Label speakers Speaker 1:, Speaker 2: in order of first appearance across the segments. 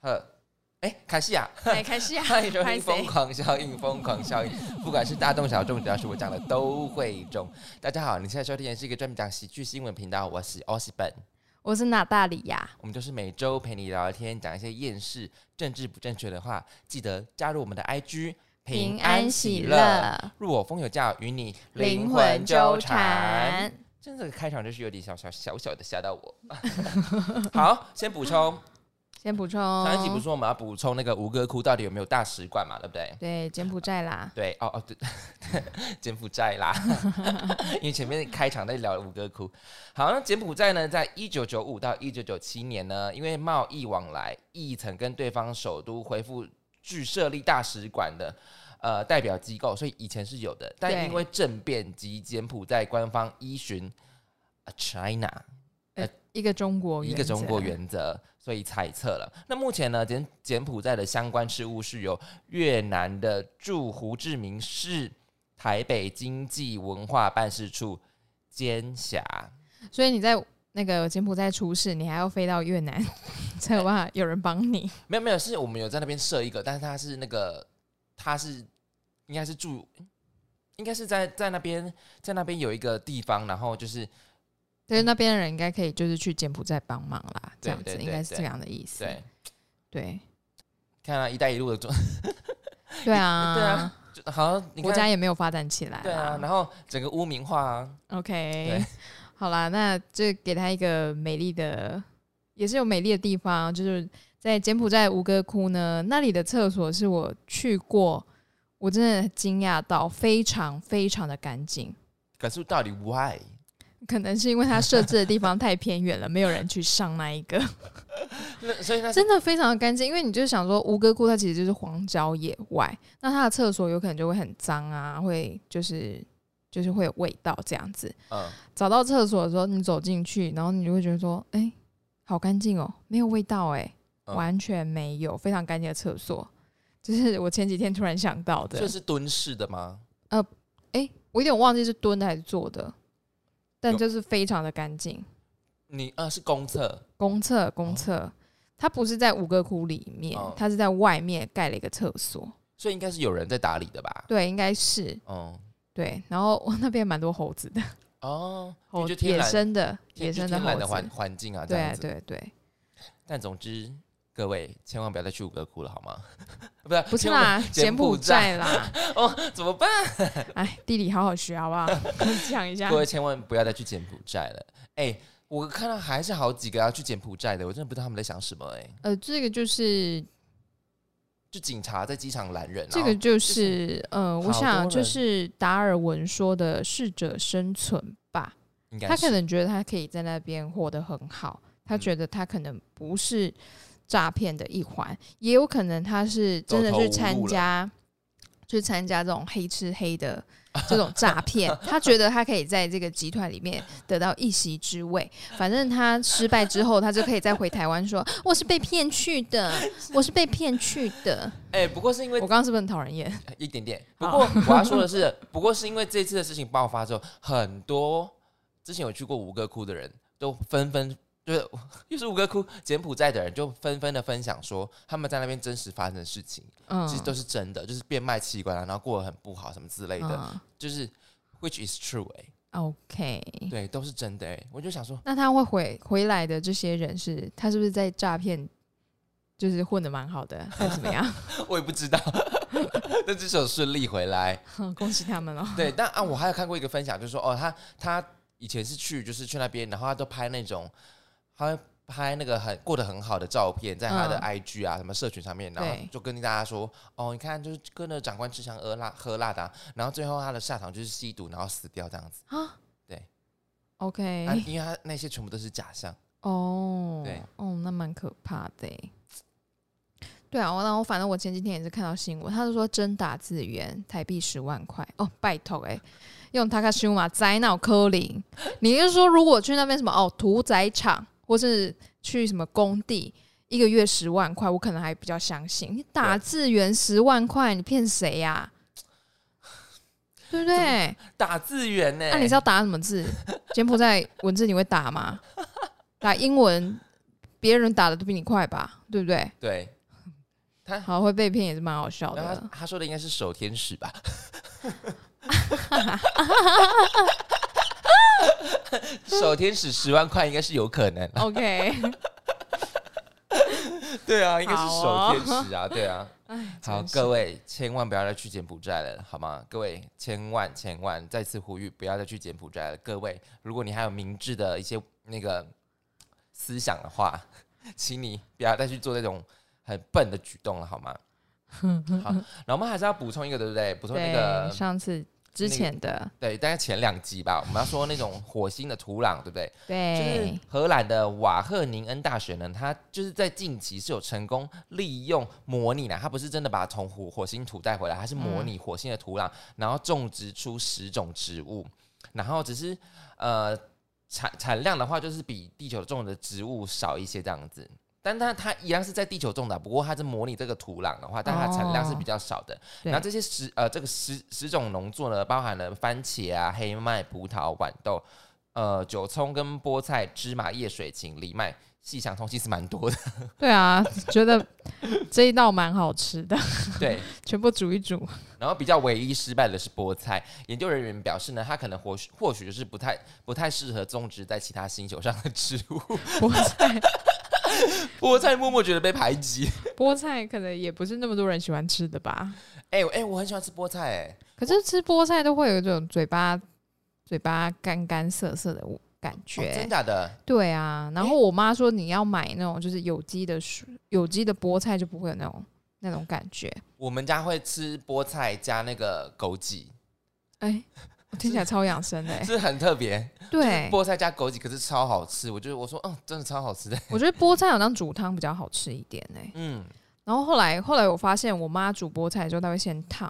Speaker 1: 呵，哎，凯西 亚，
Speaker 2: 哎，开始啊，
Speaker 1: 欢迎收
Speaker 2: 拍
Speaker 1: 听
Speaker 2: 谁
Speaker 1: 疯狂效应，疯狂效应， 不管是大众小众，只要是我讲的都会中。大家好，你现在收听的是一个专门讲喜剧新闻频道，我是 o s 本，
Speaker 2: 我是娜大里呀，
Speaker 1: 我们就是每周陪你聊聊天，讲一些厌世、政治不正确的话。记得加入我们的 IG，
Speaker 2: 平安喜
Speaker 1: 乐，
Speaker 2: 乐，
Speaker 1: 入我风有教，与你
Speaker 2: 灵魂纠。缠。
Speaker 1: 真的开场就是有点小小小小的吓到我。 好，先补充，
Speaker 2: 先补充，
Speaker 1: 上一集不是说我们要补充那个吴哥窟到底有没有大使馆嘛，对不对？
Speaker 2: 对柬埔寨啦，
Speaker 1: 对，哦哦，对， 柬埔寨啦， 因为前面开场在聊吴哥窟。好，那柬埔寨呢，在一九九五到一九九七年呢，因为贸易往来，亦曾跟对方首都恢复具设立大使馆的。呃，代表机构，所以以前是有的，但
Speaker 2: 对
Speaker 1: 因为政变及柬埔寨官方依循呃 China
Speaker 2: 一个中国，
Speaker 1: 一个中国，原则，所以猜测了。那目前呢，柬柬埔寨的相关事务是由越南的驻胡志明市台北经济文化办事处监辖。
Speaker 2: 所以你在那个柬埔寨出事，你还要飞到 越南，才有办法有人帮你。
Speaker 1: 没有没有，是我们有在那边设一个，但是它是那个，它是应该是驻，应该是在在那边在那边有一个地方，然后就是
Speaker 2: 所以那边的人应该可以就是去柬埔寨帮忙啦，
Speaker 1: 对
Speaker 2: 这样子
Speaker 1: 对
Speaker 2: 应该是
Speaker 1: 对
Speaker 2: 这样的意思。
Speaker 1: 对，
Speaker 2: 对
Speaker 1: 看啊到、一带一路的中，
Speaker 2: 对啊，
Speaker 1: 对啊，就好像你
Speaker 2: 国
Speaker 1: 看
Speaker 2: 家。也没有发展起来啦。
Speaker 1: 对啊，然后整个污名化啊，
Speaker 2: OK，
Speaker 1: 对
Speaker 2: 好啦，那就给他一个美丽的，也是有美丽的地方，就是在柬埔寨吴哥窟呢，那里的厕所是我去过，我真的惊讶到非常非常的干净，
Speaker 1: 可是到底 why？
Speaker 2: 可能是因为它设置的地方太偏远了，没有人去上那一个，
Speaker 1: 那所以那是
Speaker 2: 真的非常的干净，因为你就想说吴哥窟它其实就是荒郊野外，那它的厕所有可能就会很脏啊，会就是就是会有味道这样子，
Speaker 1: 嗯，
Speaker 2: 找到厕所的时候，你走进去，然后你就会觉得说，哎、好干净哦，没有味道哎、
Speaker 1: 嗯
Speaker 2: 完全没有，非常干净的厕所。这是我前几天突然想到的
Speaker 1: 这，是蹲式的吗？
Speaker 2: 哎、我有点忘记是蹲的还是坐的，但
Speaker 1: 有
Speaker 2: 就是非常的干净。
Speaker 1: 你呃是公厕，
Speaker 2: 公厕，公厕，它不是在五个窟里面，
Speaker 1: 哦
Speaker 2: 它是在外面盖了一个厕所，
Speaker 1: 所以应该是有人在打理的吧？
Speaker 2: 对，应该是
Speaker 1: 嗯，
Speaker 2: 对。然后我那边蛮多猴子的，
Speaker 1: 哦，
Speaker 2: 猴
Speaker 1: 也就天
Speaker 2: 野
Speaker 1: 然
Speaker 2: 生的，
Speaker 1: 天
Speaker 2: 野
Speaker 1: 就
Speaker 2: 生
Speaker 1: 天然
Speaker 2: 猴
Speaker 1: 的环
Speaker 2: 子，
Speaker 1: 环境啊，这
Speaker 2: 对
Speaker 1: 样
Speaker 2: 啊
Speaker 1: 子。
Speaker 2: 对对，
Speaker 1: 但总之，各位千万不要再去五哥窟了，好吗？ 不是，啊
Speaker 2: 不是
Speaker 1: 千万
Speaker 2: 啦，柬埔寨啦，
Speaker 1: 哦，怎么办？
Speaker 2: 哎，地理好好学好不好？讲一下
Speaker 1: 各。位千万不要再去柬埔寨了。哎、我看到还是好几个要去柬埔寨的，我真的不知道他们在想什么、哎，
Speaker 2: 呃，这个就是，
Speaker 1: 就警察在机场拦人，
Speaker 2: 这
Speaker 1: 然
Speaker 2: 个
Speaker 1: 后
Speaker 2: 就是，呃，我
Speaker 1: 好多
Speaker 2: 想
Speaker 1: 人
Speaker 2: 就是达尔文说的“适者生存”吧。
Speaker 1: 应该
Speaker 2: 他可
Speaker 1: 是
Speaker 2: 能觉得他可以在那边活得很好，他
Speaker 1: 嗯
Speaker 2: 觉得他可能不是诈骗的一环，也有可能他是真的
Speaker 1: 走投
Speaker 2: 去
Speaker 1: 无
Speaker 2: 参
Speaker 1: 路了
Speaker 2: 加，去参加这种黑吃黑的这种诈骗。他觉得他可以在这个集团里面得到一席之位，反正他失败之后，他就可以再回台湾说：“我是被骗去的，我是被骗去的。
Speaker 1: 哎、不过是因”为
Speaker 2: 我刚刚是不是很讨人厌？
Speaker 1: 一点点。不
Speaker 2: 好
Speaker 1: 过我要说的是， 不过是因为这次的事情爆发之后，很多之前有去过吴哥窟的人都纷纷。就是又是吴哥窟柬埔寨的人，就纷纷的分享说他们在那边真实发生的事情，
Speaker 2: 嗯
Speaker 1: 其实都是真的，就是变卖器官啊，然后过得很不好什么之类的，
Speaker 2: 嗯
Speaker 1: 就是 which is true 哎、
Speaker 2: OK。
Speaker 1: 对，都是真的哎、我就想说，
Speaker 2: 那他会回回来的这些人是，他是不是在诈骗，就是混的蛮好的，还是怎么样？
Speaker 1: 我也不知道， 但至少顺利回来。
Speaker 2: 恭喜他 们哦！
Speaker 1: 对，但啊，我还有看过一个分享，就是说哦，他他以前是去就是去那边，然后他都拍那种，他会拍那个很过得很好的照片，在他的
Speaker 2: 嗯
Speaker 1: IG 啊、什么社群上面，然后
Speaker 2: 对
Speaker 1: 就跟大家说哦，你看就是跟着长官吃香喝辣喝辣的啊、然后最后他的下场就是吸毒，然后死掉这样子。
Speaker 2: 啊，
Speaker 1: 对
Speaker 2: ，OK，
Speaker 1: 啊、因为他那些全部都是假象，
Speaker 2: 哦
Speaker 1: 对，
Speaker 2: 哦，那蛮可怕的欸。对啊，我然后反正我前几天也是看到新闻，他是说真打字源台币十万块哦，拜托哎、用他卡西马灾闹科林，你就是说如果去那边什么哦屠宰场或是去什么工地，一个月十万块，我可能还比较相信。你打字源十万块，你骗谁呀？ 对不对？
Speaker 1: 打字员呢、
Speaker 2: 那、你是要打什么字？柬埔寨文字你会打吗？打英文别人打的都比你快吧，对不对？
Speaker 1: 对，他
Speaker 2: 好会被骗也是蛮好笑
Speaker 1: 然后
Speaker 2: 的。
Speaker 1: 他他说的应该是守天使 吧？ 守天使十万块应该是有可能，
Speaker 2: OK，
Speaker 1: 对啊，应该是
Speaker 2: 好哦
Speaker 1: 守天 使啊，对啊。
Speaker 2: 哎，
Speaker 1: 好，
Speaker 2: 真是
Speaker 1: 各位千万不要再去柬埔寨了，好吗？各位千万千万再次呼吁，不要再去柬埔寨了。各位，如果你还有明智的一些那个思想的话， 请你不要再去做这种很笨的举动了，好 吗？好，然后我们还是要补充一个，对不对？补充那
Speaker 2: 对，
Speaker 1: 个
Speaker 2: 上次之前的
Speaker 1: 对，大概前两集吧，我们要说那种火星的土壤，对不对？就是
Speaker 2: 对，
Speaker 1: 荷兰的瓦赫宁恩大学呢，它就是在近期是有成功利用模拟呢，它不是真的把从火火星土带回来，它是模拟火星的土壤，然后种植出十种植物，然后只是呃产产量的话，就是比地球种的植物少一些这样子。但它它一样是在地球种的，啊不过它是模拟这个土壤的话，但它产量是比较少的。
Speaker 2: 对
Speaker 1: 然后这些十呃这个十十种农作呢，包含了番茄啊、黑麦、葡萄、豌豆、呃韭葱跟菠菜、芝麻、叶水芹、藜麦、细长通，其实蛮多的。
Speaker 2: 对啊，觉得这一道蛮好吃的，
Speaker 1: 对，
Speaker 2: 全部煮一煮。
Speaker 1: 然后比较唯一失败的是菠菜。研究人员表示呢，它可能或许或许就是不太不太适合种植在其他星球上的植物。
Speaker 2: 菠菜，
Speaker 1: 菠菜默默觉得被排挤。
Speaker 2: 菠菜可能也不是那么多人喜欢吃的吧。
Speaker 1: 哎、哎、我很喜欢吃菠菜哎、
Speaker 2: 可是吃菠菜都会有一种嘴巴嘴巴干干涩涩的感
Speaker 1: 哦真
Speaker 2: 觉。
Speaker 1: 假的？
Speaker 2: 对啊，然后我妈说你要买那种就是有机的蔬有机的菠菜就不会有那种那种感觉。
Speaker 1: 我们家会吃菠菜加那个枸杞，
Speaker 2: 哎、我听起来超养生的、欸。
Speaker 1: 是很特别。
Speaker 2: 对，
Speaker 1: 菠菜加枸杞可是超好吃，我就是我说，嗯，真的超好吃的。
Speaker 2: 我觉得菠菜好像煮汤比较好吃一点哎、
Speaker 1: 嗯，
Speaker 2: 然后后来后来我发现我妈煮菠菜的时候，她会先烫，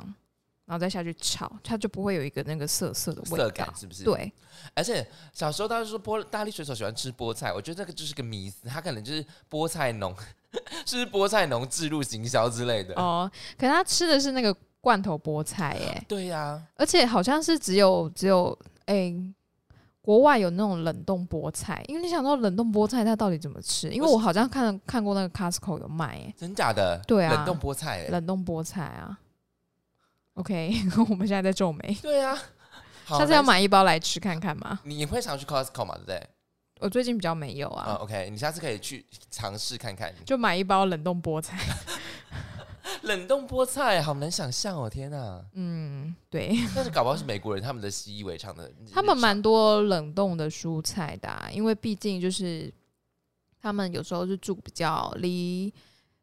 Speaker 2: 然后再下去炒，它就不会有一个那个涩涩的味
Speaker 1: 涩
Speaker 2: 道
Speaker 1: 感。是不是？。
Speaker 2: 对，
Speaker 1: 而且小时候大家说菠大力水手喜欢吃菠菜，我觉得这个就是个迷思，他可能就是菠菜农，是不是菠菜农置入行销之类的。
Speaker 2: 哦，可是她吃的是那个罐头菠菜哎、
Speaker 1: 对呀、
Speaker 2: 而且好像是只有只有诶、国外有那种冷冻菠菜，因为你想到冷冻菠菜它到底怎么吃？因为我好像看看过那个 Costco 有卖诶、
Speaker 1: 真假的？
Speaker 2: 对啊
Speaker 1: 冷冻菠菜、欸。
Speaker 2: 冷冻菠菜啊。OK，我 们现在在皱眉，
Speaker 1: 对呀、好
Speaker 2: 下次要。买一包来吃看看嘛。
Speaker 1: 那你会常去 Costco 嘛？对不对？
Speaker 2: 我最近比较没有
Speaker 1: 啊、
Speaker 2: 啊，
Speaker 1: o k 你下次可以去尝试看看。
Speaker 2: 就买一包冷冻菠菜。
Speaker 1: 冷冻菠菜好难想象哦，天哪！
Speaker 2: 嗯，对
Speaker 1: 但是搞不好是美国人他们的习以为常的日常，
Speaker 2: 他们蛮多冷冻的蔬菜的啊、因为毕竟就是他们有时候是住比较离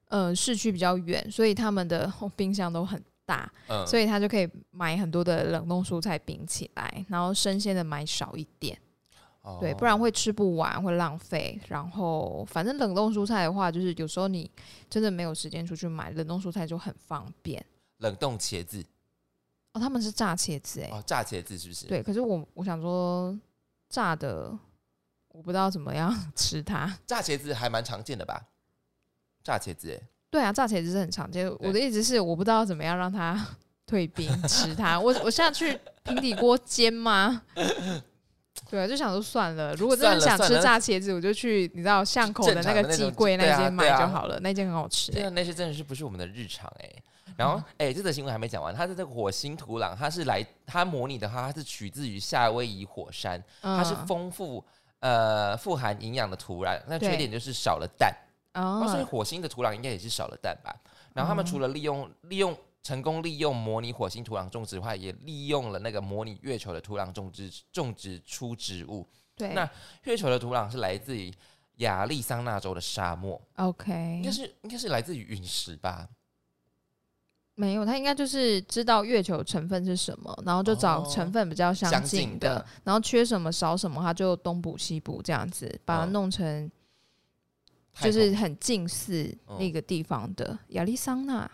Speaker 2: 呃市区比较远，所以他们的、 哦冰箱都很大，
Speaker 1: 嗯
Speaker 2: 所以他就可以买很多的冷冻蔬菜冰起来，然后生鲜的买少一点，
Speaker 1: 哦
Speaker 2: 对，不然会吃不完，会浪费。然后反正冷冻蔬菜的话，就是有时候你真的没有时间出去买冷冻蔬菜就很方便。
Speaker 1: 冷冻茄子
Speaker 2: 哦，他们是炸茄子哎、
Speaker 1: 哦，炸茄子是不是？
Speaker 2: 对，可是我我想说炸的，我不知道怎么样 吃它。
Speaker 1: 炸茄子还蛮常见的吧？炸茄子欸，
Speaker 2: 对啊，炸茄子是很常见的。我的意思是，我不知道怎么样让它 退冰吃它。我我下去平底锅煎吗？对啊，就想说算了。如果真的
Speaker 1: 算
Speaker 2: 想
Speaker 1: 了
Speaker 2: 吃
Speaker 1: 算了
Speaker 2: 炸茄子，我就去你知道巷口
Speaker 1: 正
Speaker 2: 那
Speaker 1: 常
Speaker 2: 个
Speaker 1: 的那
Speaker 2: 寄
Speaker 1: 种
Speaker 2: 柜那
Speaker 1: 对啊
Speaker 2: 间买
Speaker 1: 对啊
Speaker 2: 就好了，那间很好吃、
Speaker 1: 对
Speaker 2: 欸。
Speaker 1: 啊，那些真的是不是我们的日常哎、然
Speaker 2: 嗯
Speaker 1: 后哎、这则新闻还没讲完，它是这个火星土壤，它是来它模拟的话，它是取自于夏威夷火山，它是
Speaker 2: 嗯
Speaker 1: 丰富呃富含营养的土壤，那缺
Speaker 2: 对
Speaker 1: 点就是少了氮。哦，所以
Speaker 2: 哦，
Speaker 1: 火星的土壤应该也是少了氮吧？
Speaker 2: 嗯
Speaker 1: 然后他们除了利用利用成功利用模拟火星土壤种植的话，也利用了那个模拟月球的土壤种植种植出植物。
Speaker 2: 对
Speaker 1: 那月球的土壤是来自于亚利桑那州的沙漠，应
Speaker 2: ，OK，
Speaker 1: 该是应该是来自于陨石吧？
Speaker 2: 没有，他应该就是知道月球成分是什么，然后就找
Speaker 1: 哦
Speaker 2: 成分比较相
Speaker 1: 相
Speaker 2: 近的，
Speaker 1: 近的
Speaker 2: 然后缺什么少什么，他就东补西补这样子，把它
Speaker 1: 嗯
Speaker 2: 弄成
Speaker 1: 太
Speaker 2: 就
Speaker 1: 空
Speaker 2: 是很近似
Speaker 1: 嗯
Speaker 2: 那个地方的亚利桑那，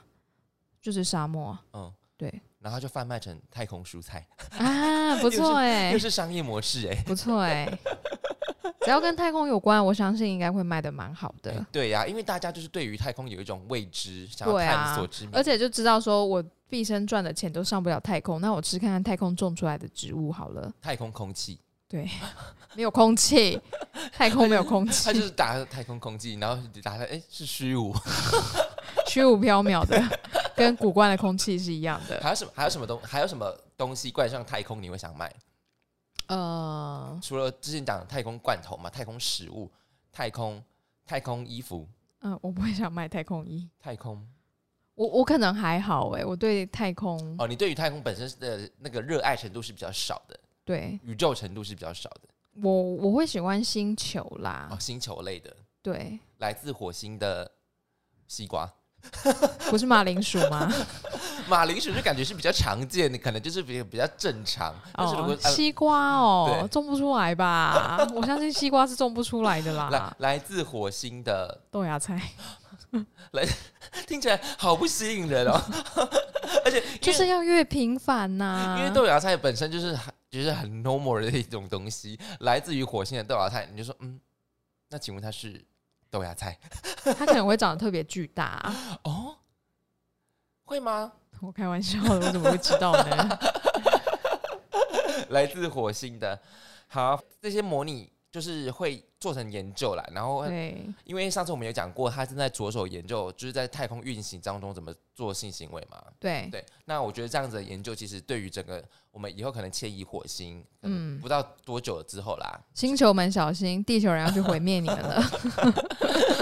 Speaker 2: 就是沙 漠啊
Speaker 1: 嗯，
Speaker 2: 对。
Speaker 1: 然后就贩卖成太空蔬菜，
Speaker 2: 啊，不错哎、
Speaker 1: 又是商业模式哎、
Speaker 2: 不错哎、 只要跟太空有关，我相信应该会卖的蛮好的。
Speaker 1: 哎对呀、因为大家就是对于太空有一种未知，想要
Speaker 2: 对啊
Speaker 1: 探索之谜。
Speaker 2: 而且就知道说我毕生赚的钱都上不了太空，那我吃看看太空种出来的植物好了。
Speaker 1: 太空空气，
Speaker 2: 对，没有空气，太空没有 空
Speaker 1: 他
Speaker 2: 气
Speaker 1: 就，是打太空空气，然后打开，哎、是虚无。
Speaker 2: 虚无缥缈的，跟古怪的空气是一样的。
Speaker 1: 还有什么？还有什么东？还有什么东西冠上太空你会想买？
Speaker 2: 呃，
Speaker 1: 除了之前讲的太空罐头嘛，太空食物、太空太空衣服、
Speaker 2: 嗯、我不会想买太空衣，
Speaker 1: 太空
Speaker 2: 我我可能还好哎、我对太空，
Speaker 1: 哦，你对于太空本身的那个热爱程度是比较少的，
Speaker 2: 对
Speaker 1: 宇宙程度是比较少的
Speaker 2: 我我会喜欢星球啦，
Speaker 1: 哦，星球类的，
Speaker 2: 对，
Speaker 1: 来自火星的西瓜。
Speaker 2: 不是马铃薯 吗？
Speaker 1: 马铃薯就感觉是比较常见的，可能就是比比较正常。但是如果、呃
Speaker 2: 哦，西瓜哦
Speaker 1: 对，
Speaker 2: 种不出来吧？我相信西瓜是种不出来的
Speaker 1: 呃、
Speaker 2: 啦
Speaker 1: 来。来自火星的，
Speaker 2: 豆芽菜
Speaker 1: 听起来好不吸引人哦。 而且因为
Speaker 2: 就是要越频繁呐、
Speaker 1: 因为豆芽菜本身就是很就是很 normal 的一种东西，来自于火星的豆芽菜，你就说嗯，那请问它是豆芽菜
Speaker 2: 它可能会长得特别巨大、
Speaker 1: 哦？会吗？
Speaker 2: 我开玩笑的，我怎么会知道 呢？
Speaker 1: 来自火星的，好，这些模拟就是会做成研究啦，然后
Speaker 2: 对，
Speaker 1: 因为上次我们有讲过，他正在着手研究，就是在太空运行当中怎么做性行为嘛。
Speaker 2: 对，
Speaker 1: 对，那我觉得这样子的研究，其实对于整个我们以后可能迁移火星，嗯，
Speaker 2: 嗯
Speaker 1: 不知道多久之后啦，
Speaker 2: 星球们小心，地球人要去毁灭你们了，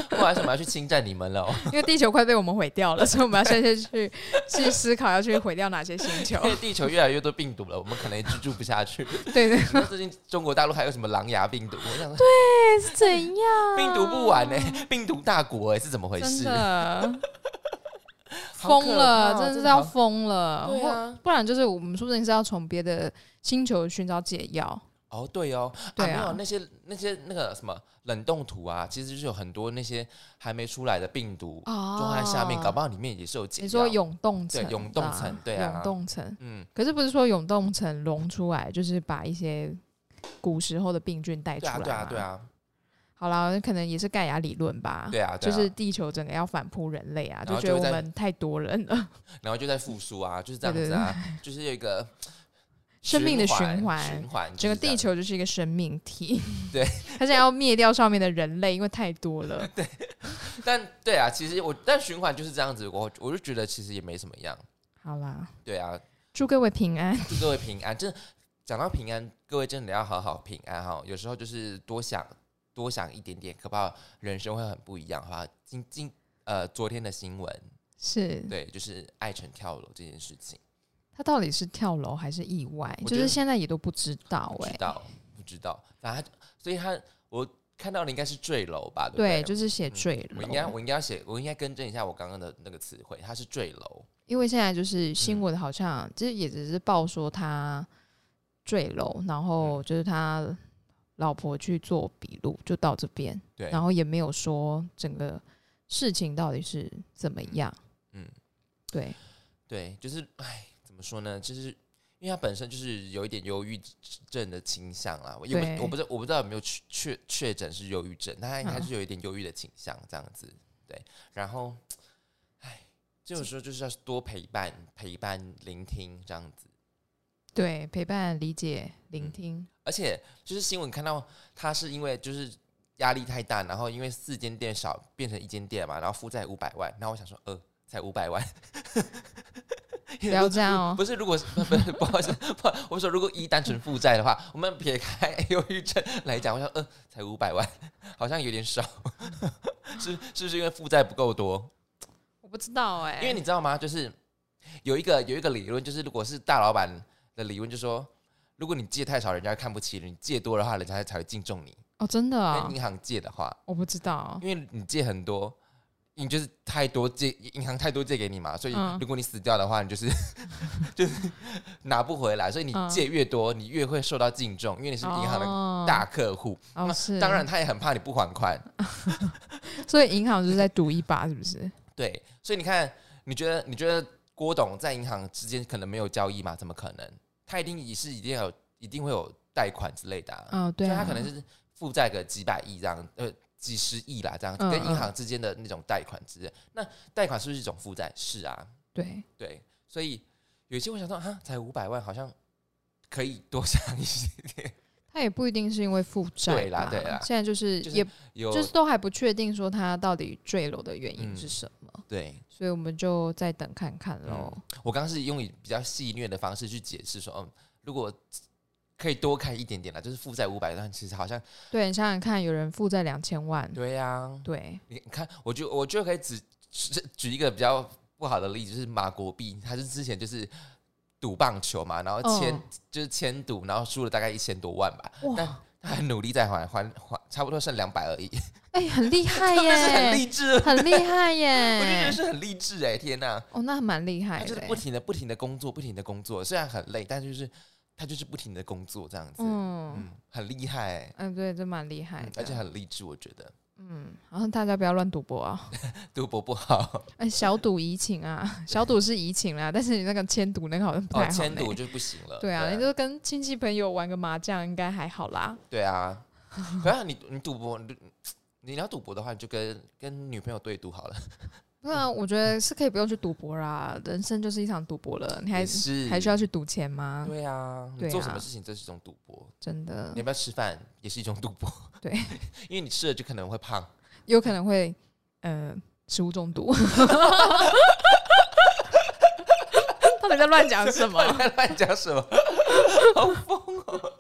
Speaker 1: 不然什么要去侵占你们了哦、
Speaker 2: 因为地球快被我们毁掉了，所以我们要先先去去思考要去毁掉哪些星球
Speaker 1: 因。为地球越来越多病毒了，我们可能也居住不下去。
Speaker 2: 对对，
Speaker 1: 那最近中国大陆还有什么狼牙病毒？我想说，
Speaker 2: 是怎样？
Speaker 1: 病毒不完呢、欸病毒大国哎、是怎么回
Speaker 2: 啊真
Speaker 1: 事？
Speaker 2: 的
Speaker 1: 好
Speaker 2: 疯
Speaker 1: 可怕
Speaker 2: 了，
Speaker 1: 哦
Speaker 2: 真的
Speaker 1: 真
Speaker 2: 是
Speaker 1: 的
Speaker 2: 要
Speaker 1: 好
Speaker 2: 疯了。
Speaker 1: 对啊，
Speaker 2: 不然就是我们说不定是要从别的星球寻找解药。
Speaker 1: 哦，对哦，啊，
Speaker 2: 对
Speaker 1: 没有
Speaker 2: 啊
Speaker 1: 那些那些那个什么冷冻土啊，其实就是有很多那些还没出来的病毒
Speaker 2: 哦
Speaker 1: 装在下面，搞不好里面也是有解药。
Speaker 2: 你说永冻层
Speaker 1: 对
Speaker 2: 吧，
Speaker 1: 永冻层对啊
Speaker 2: 永冻层。
Speaker 1: 嗯，
Speaker 2: 可是不是说永冻层溶出来，就是把一些古时候的病菌带出
Speaker 1: 对
Speaker 2: 来
Speaker 1: 啊，
Speaker 2: 吗？
Speaker 1: 对啊，对啊，
Speaker 2: 好啦，那可能也是盖亚理论吧。
Speaker 1: 对啊，对
Speaker 2: 就
Speaker 1: 啊
Speaker 2: 是地球整个要反扑人类啊，
Speaker 1: 然后
Speaker 2: 就觉得
Speaker 1: 就会
Speaker 2: 我
Speaker 1: 在
Speaker 2: 们太多人了，
Speaker 1: 然后就在复苏啊，就是这样子啊， 就是有一个
Speaker 2: 生命的
Speaker 1: 循
Speaker 2: 循环
Speaker 1: 循环
Speaker 2: 整个
Speaker 1: 就是这
Speaker 2: 地
Speaker 1: 样
Speaker 2: 球就是一个生命体。
Speaker 1: 对，
Speaker 2: 它现在要灭掉上面的人类，因为太多 了。
Speaker 1: 但对啊，其实我但循环就是这样子，我我就觉得其实也没什么样。
Speaker 2: 好啦，
Speaker 1: 对啊，
Speaker 2: 祝各位平安。
Speaker 1: 祝各位平安。真的讲到平安，各位真的要好好平安哈。有时候就是多想多想一点点，可怕人生会很不一样哈。今今呃，昨天的新闻，
Speaker 2: 是
Speaker 1: 对，就是爱晨跳楼这件事情，
Speaker 2: 他到底是跳楼还是意外？
Speaker 1: 我
Speaker 2: 就
Speaker 1: 觉得
Speaker 2: 是现在也都不知道
Speaker 1: 不
Speaker 2: 哎、
Speaker 1: 知道不知道，反正他所以他我看到的应该是坠楼吧，对不
Speaker 2: 对，
Speaker 1: 对？
Speaker 2: 就是写
Speaker 1: 嗯
Speaker 2: 坠楼。
Speaker 1: 我应该我应该要写，我应该更正一下我刚刚的那个词汇，他是坠楼，
Speaker 2: 因为现在就是
Speaker 1: 嗯
Speaker 2: 新闻好像，就是也只是报说他坠楼，然后
Speaker 1: 嗯
Speaker 2: 就是他老婆去做笔录，就到这边，
Speaker 1: 对，
Speaker 2: 然后也没有说整个事情到底是怎么样。
Speaker 1: 嗯，
Speaker 2: 对，
Speaker 1: 对，就是哎，怎么说呢？就是因为他本身就是有一点忧郁症的倾向啦，我也
Speaker 2: 对
Speaker 1: 不我不知道我不知道有没有确确确诊是忧郁症，但他应该
Speaker 2: 嗯
Speaker 1: 是有一点忧郁的倾向这样子。对，然后哎，这种时候就是要多陪伴、陪伴、聆听这样子。
Speaker 2: 对，陪伴、理解、聆
Speaker 1: 嗯
Speaker 2: 听，
Speaker 1: 而且就是新闻看到他是因为就是压力太大，然后因为四间店少变成一间店嘛，然后负债五百万，然后我想说，呃，才五百万，
Speaker 2: 不要这样哦。
Speaker 1: 不是，如果是 不不不好意思，不，我说如果一单纯负债的话，我们撇开 忧郁症来讲，我想，呃，才五百万， 好像有点少， 是是不是因为负债不够多？
Speaker 2: 我不知道哎、
Speaker 1: 因为你知道吗？就是有一个有一个理论，就是如果是大老板的理论，就说如果你借太少，人家会看不起你；借多的话，人家才会敬重哎你。
Speaker 2: 哦，真的啊、
Speaker 1: 跟银行借的话，
Speaker 2: 我不知道。
Speaker 1: 因为你借很多，你就是太多借银行太多借给你嘛，所以
Speaker 2: 嗯
Speaker 1: 如果你死掉的话，你就是 就是拿不回来，所以你
Speaker 2: 嗯
Speaker 1: 借越多，你越会受到敬重，因为你是银行的
Speaker 2: 哦
Speaker 1: 大客户。
Speaker 2: 哦，
Speaker 1: 那
Speaker 2: 是
Speaker 1: 当然，他也很怕你不还款，
Speaker 2: 所以银行就是在赌一把，是不是？
Speaker 1: 对，所以你看，你觉得你觉得郭董在银行之间可能没有交易吗？怎么可能？他一定也是一定要有一定会有贷款之类的、啊，
Speaker 2: 嗯、对
Speaker 1: 所以
Speaker 2: 啊，
Speaker 1: 他可能是负债个几百亿这样，呃，几十亿啦这样，
Speaker 2: 嗯
Speaker 1: 跟银行之间的那种贷款之类。那贷款是不是一种负债？是啊，
Speaker 2: 对，
Speaker 1: 对，所以有些会想说啊，才五百万，好像可以多想一些。
Speaker 2: 他也不一定是因为负债吧，
Speaker 1: 对啦对啦
Speaker 2: 现在就是
Speaker 1: 就是
Speaker 2: 也
Speaker 1: 有、
Speaker 2: 就是都还不确定说他到底坠楼的原因
Speaker 1: 嗯
Speaker 2: 是什么，
Speaker 1: 对
Speaker 2: 所以我们就再等看看喽。
Speaker 1: 我刚刚是用以比较戏谑的方式去解释说，嗯，如果可以多看一点点啦，就是负债五百，但其实好像
Speaker 2: 对你想想看，有人负债两千万，
Speaker 1: 对呀、啊，
Speaker 2: 对，
Speaker 1: 你你看，我就我就可以只举举一个比较不好的例子，就是马国碧，他是之前就是赌棒球嘛，然后签、
Speaker 2: 嗯
Speaker 1: 就是签赌，然后输了大概一千多万吧，但
Speaker 2: 哇，
Speaker 1: 他很努力在还还还，差不多剩两百而已，
Speaker 2: 哎、很厉 害
Speaker 1: 真的是很
Speaker 2: 耶，
Speaker 1: 励志，
Speaker 2: 很厉害
Speaker 1: 我就觉得
Speaker 2: 耶，
Speaker 1: 是很励志哎、天哪、
Speaker 2: 哦，那蛮厉害
Speaker 1: 他就是
Speaker 2: 的
Speaker 1: 不
Speaker 2: 欸，
Speaker 1: 停的不停的工作，不停的工作，虽然很累，但就是他就是不停的工作这样子，嗯，
Speaker 2: 嗯，
Speaker 1: 很厉害、欸。
Speaker 2: 哎、对，这蛮厉害
Speaker 1: 嗯
Speaker 2: 的，
Speaker 1: 而且很励志，我觉得
Speaker 2: 嗯，然后大家不要乱赌 博啊！
Speaker 1: 赌博不好
Speaker 2: 哎，小赌怡情啊，小赌是怡情啦，但是你那个千赌那个好像不 太
Speaker 1: 哦
Speaker 2: 好、，
Speaker 1: 千赌。就不行了。
Speaker 2: 对啊，
Speaker 1: 对
Speaker 2: 你就跟亲戚朋友玩个麻将，应该还好啦。
Speaker 1: 对啊， 可是你你赌博，你你要赌博的话，你就跟跟女朋友对赌好了。
Speaker 2: 不然啊我觉得是可以不用去赌博啦，人生就是一场赌博了，你还
Speaker 1: 也是
Speaker 2: 还需要去赌钱吗？
Speaker 1: 对啊，你
Speaker 2: 对
Speaker 1: 做什么
Speaker 2: 啊
Speaker 1: 事情都是一种赌博。
Speaker 2: 真的
Speaker 1: 你要不要吃饭也是一种赌博。
Speaker 2: 对，
Speaker 1: 因为你吃了就可能会胖。
Speaker 2: 有可能会呃食物中 毒。到底在乱讲什么？
Speaker 1: 乱讲什么？ 好疯哦！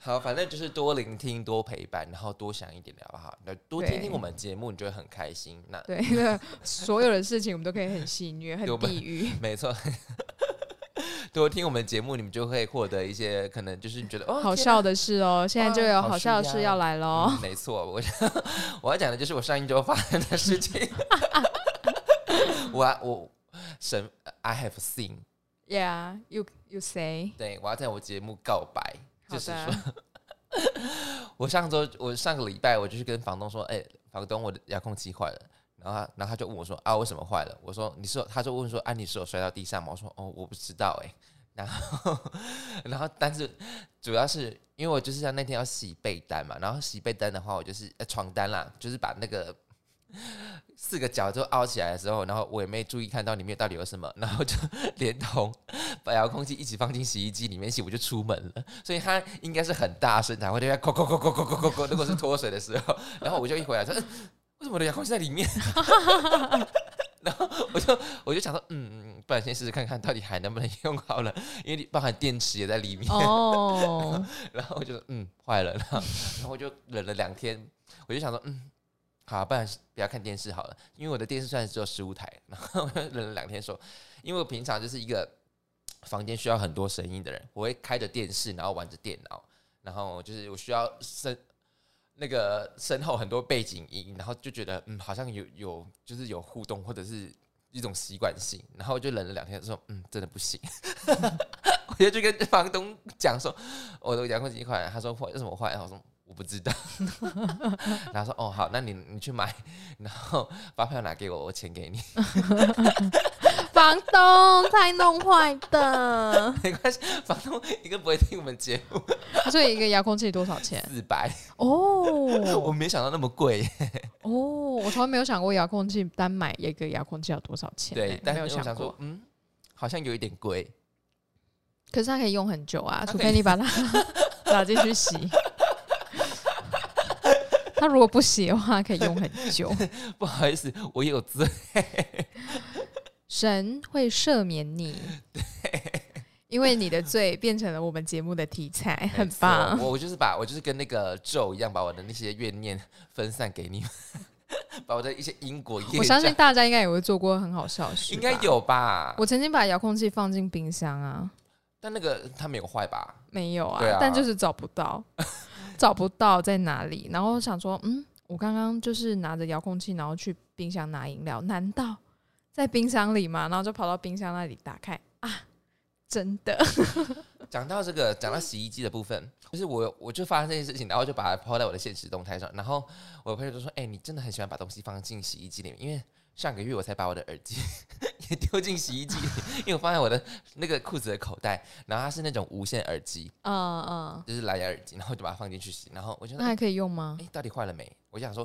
Speaker 1: 好，反正就是多聆听、多陪伴，然后多想一点好不好？那多听听
Speaker 2: 对
Speaker 1: 我们节目，你就会很开心。那
Speaker 2: 对，那所有的事情我们都可以很戏谑、
Speaker 1: 对我
Speaker 2: 很
Speaker 1: 们
Speaker 2: 地狱。
Speaker 1: 没错，多听我们节目，你们就会获得一些可能就是你觉得 哦，
Speaker 2: 好
Speaker 1: 天哪
Speaker 2: 笑哦的事哦，现在就有
Speaker 1: 好
Speaker 2: 好
Speaker 1: 事
Speaker 2: 笑的
Speaker 1: 呀
Speaker 2: 事要来喽。
Speaker 1: 嗯没错，我 我要讲的就是我上一周发生的事情。 我要我神，I have seen，啊
Speaker 2: Yeah, you you say
Speaker 1: 对我要在我节目告白，
Speaker 2: 好
Speaker 1: 就是
Speaker 2: 的
Speaker 1: 说，我上周我上个礼拜我就是跟房东说，哎、房东我的遥控器坏了。然后他，然后他就问我说：“啊，为什么坏了？”我说：“你是有……”他就问说：“啊，你是有摔到地上吗？”我说：“哦，我不知道哎、然后， 然后，但是主要是因为我就是要那天要洗被单嘛，然后洗被单的话，我就是、呃、床单啦，就是把那个 四个角就凹起来的时候，然后我也没注意看到里面到底有什么，然后就连同 把遥控器一起放进洗衣机里面洗，我就出门了。所以它应该是很大声才会在那扣扣扣扣扣扣扣扣，如果是脱水的时候，然后我就一回来说，嗯为什么我的遥控器在里面？ 然后我就我就想说，嗯，不然先试试看看到底还能不能用好了，因为包含电池也在里面。
Speaker 2: 哦，
Speaker 1: 然后我就嗯坏了，然后然后我就忍了两天，我就想说嗯，好、不然不要看电视好了，因为我的电视虽然只有十五台，然后 我就忍了两天说，因为我平常就是一个房间需要很多声音的人，我会开着电视，然后玩着电脑，然后就是我需要身那个身后很多背景音，然后就觉得嗯好像有有就是有互动或者是。一种习惯性，然后我就忍了两天，说嗯，真的不行， 我就去跟房东讲说，我的遥控器坏了，他说坏，为什么坏？然后我说我不知道， 然后说哦好，那你你去买，然后发票拿给我，我钱给你，
Speaker 2: 房东太弄坏的，
Speaker 1: 没关系，房东应该不会听我们节目，
Speaker 2: 所以一个遥控器多少 钱？
Speaker 1: 四 百，我
Speaker 2: 哦
Speaker 1: 没想到那么 贵，
Speaker 2: 哦，我从来没有想过遥控器单买一个遥控器要多少钱欸、
Speaker 1: 对，但
Speaker 2: 没
Speaker 1: 是
Speaker 2: 有
Speaker 1: 我想说
Speaker 2: 过。
Speaker 1: 嗯，好像有一点贵，
Speaker 2: 可是它可以用很久啊，
Speaker 1: 它
Speaker 2: 除
Speaker 1: 可以
Speaker 2: 非 你把它打进去洗。它如果不洗的话，可以用很久。
Speaker 1: 不好意思，我有资，
Speaker 2: 神会赦免你，因为你的罪变成了我们节目的题材，很棒。
Speaker 1: 我我就是把我就是跟那个咒一样，把我的那些怨念分散给你们， 把我的一些因果业
Speaker 2: 我相信
Speaker 1: 障
Speaker 2: 大家应该也会做过很好笑的事，
Speaker 1: 应该。有吧，
Speaker 2: 我曾经把遥控器放进冰箱啊，
Speaker 1: 但那个它没有坏吧？
Speaker 2: 没有啊，
Speaker 1: 对啊
Speaker 2: 但就是找不 到，找不到在哪里。然后我想说，嗯，我刚刚就是拿着遥控器，然后去冰箱拿饮料，难道在冰箱里吗？然后就跑到冰箱那里打开啊，真的，
Speaker 1: 讲到这个，讲到洗衣机的部分，就是我我就发生这件事情，然后就把它抛在我的现实动态上，然后我朋友就说：“哎、你真的很喜欢把东西放进洗衣机里面，因为上个月我才把我的耳机 也丢进洗衣机里，因为我放在我的那个裤子的口袋，然后它是那种无线耳机，
Speaker 2: 嗯嗯，
Speaker 1: 就是蓝牙耳机，然后我就把它放进去洗，然后我觉得
Speaker 2: 那还可以用吗
Speaker 1: 哎、？到底坏了没？我就想说，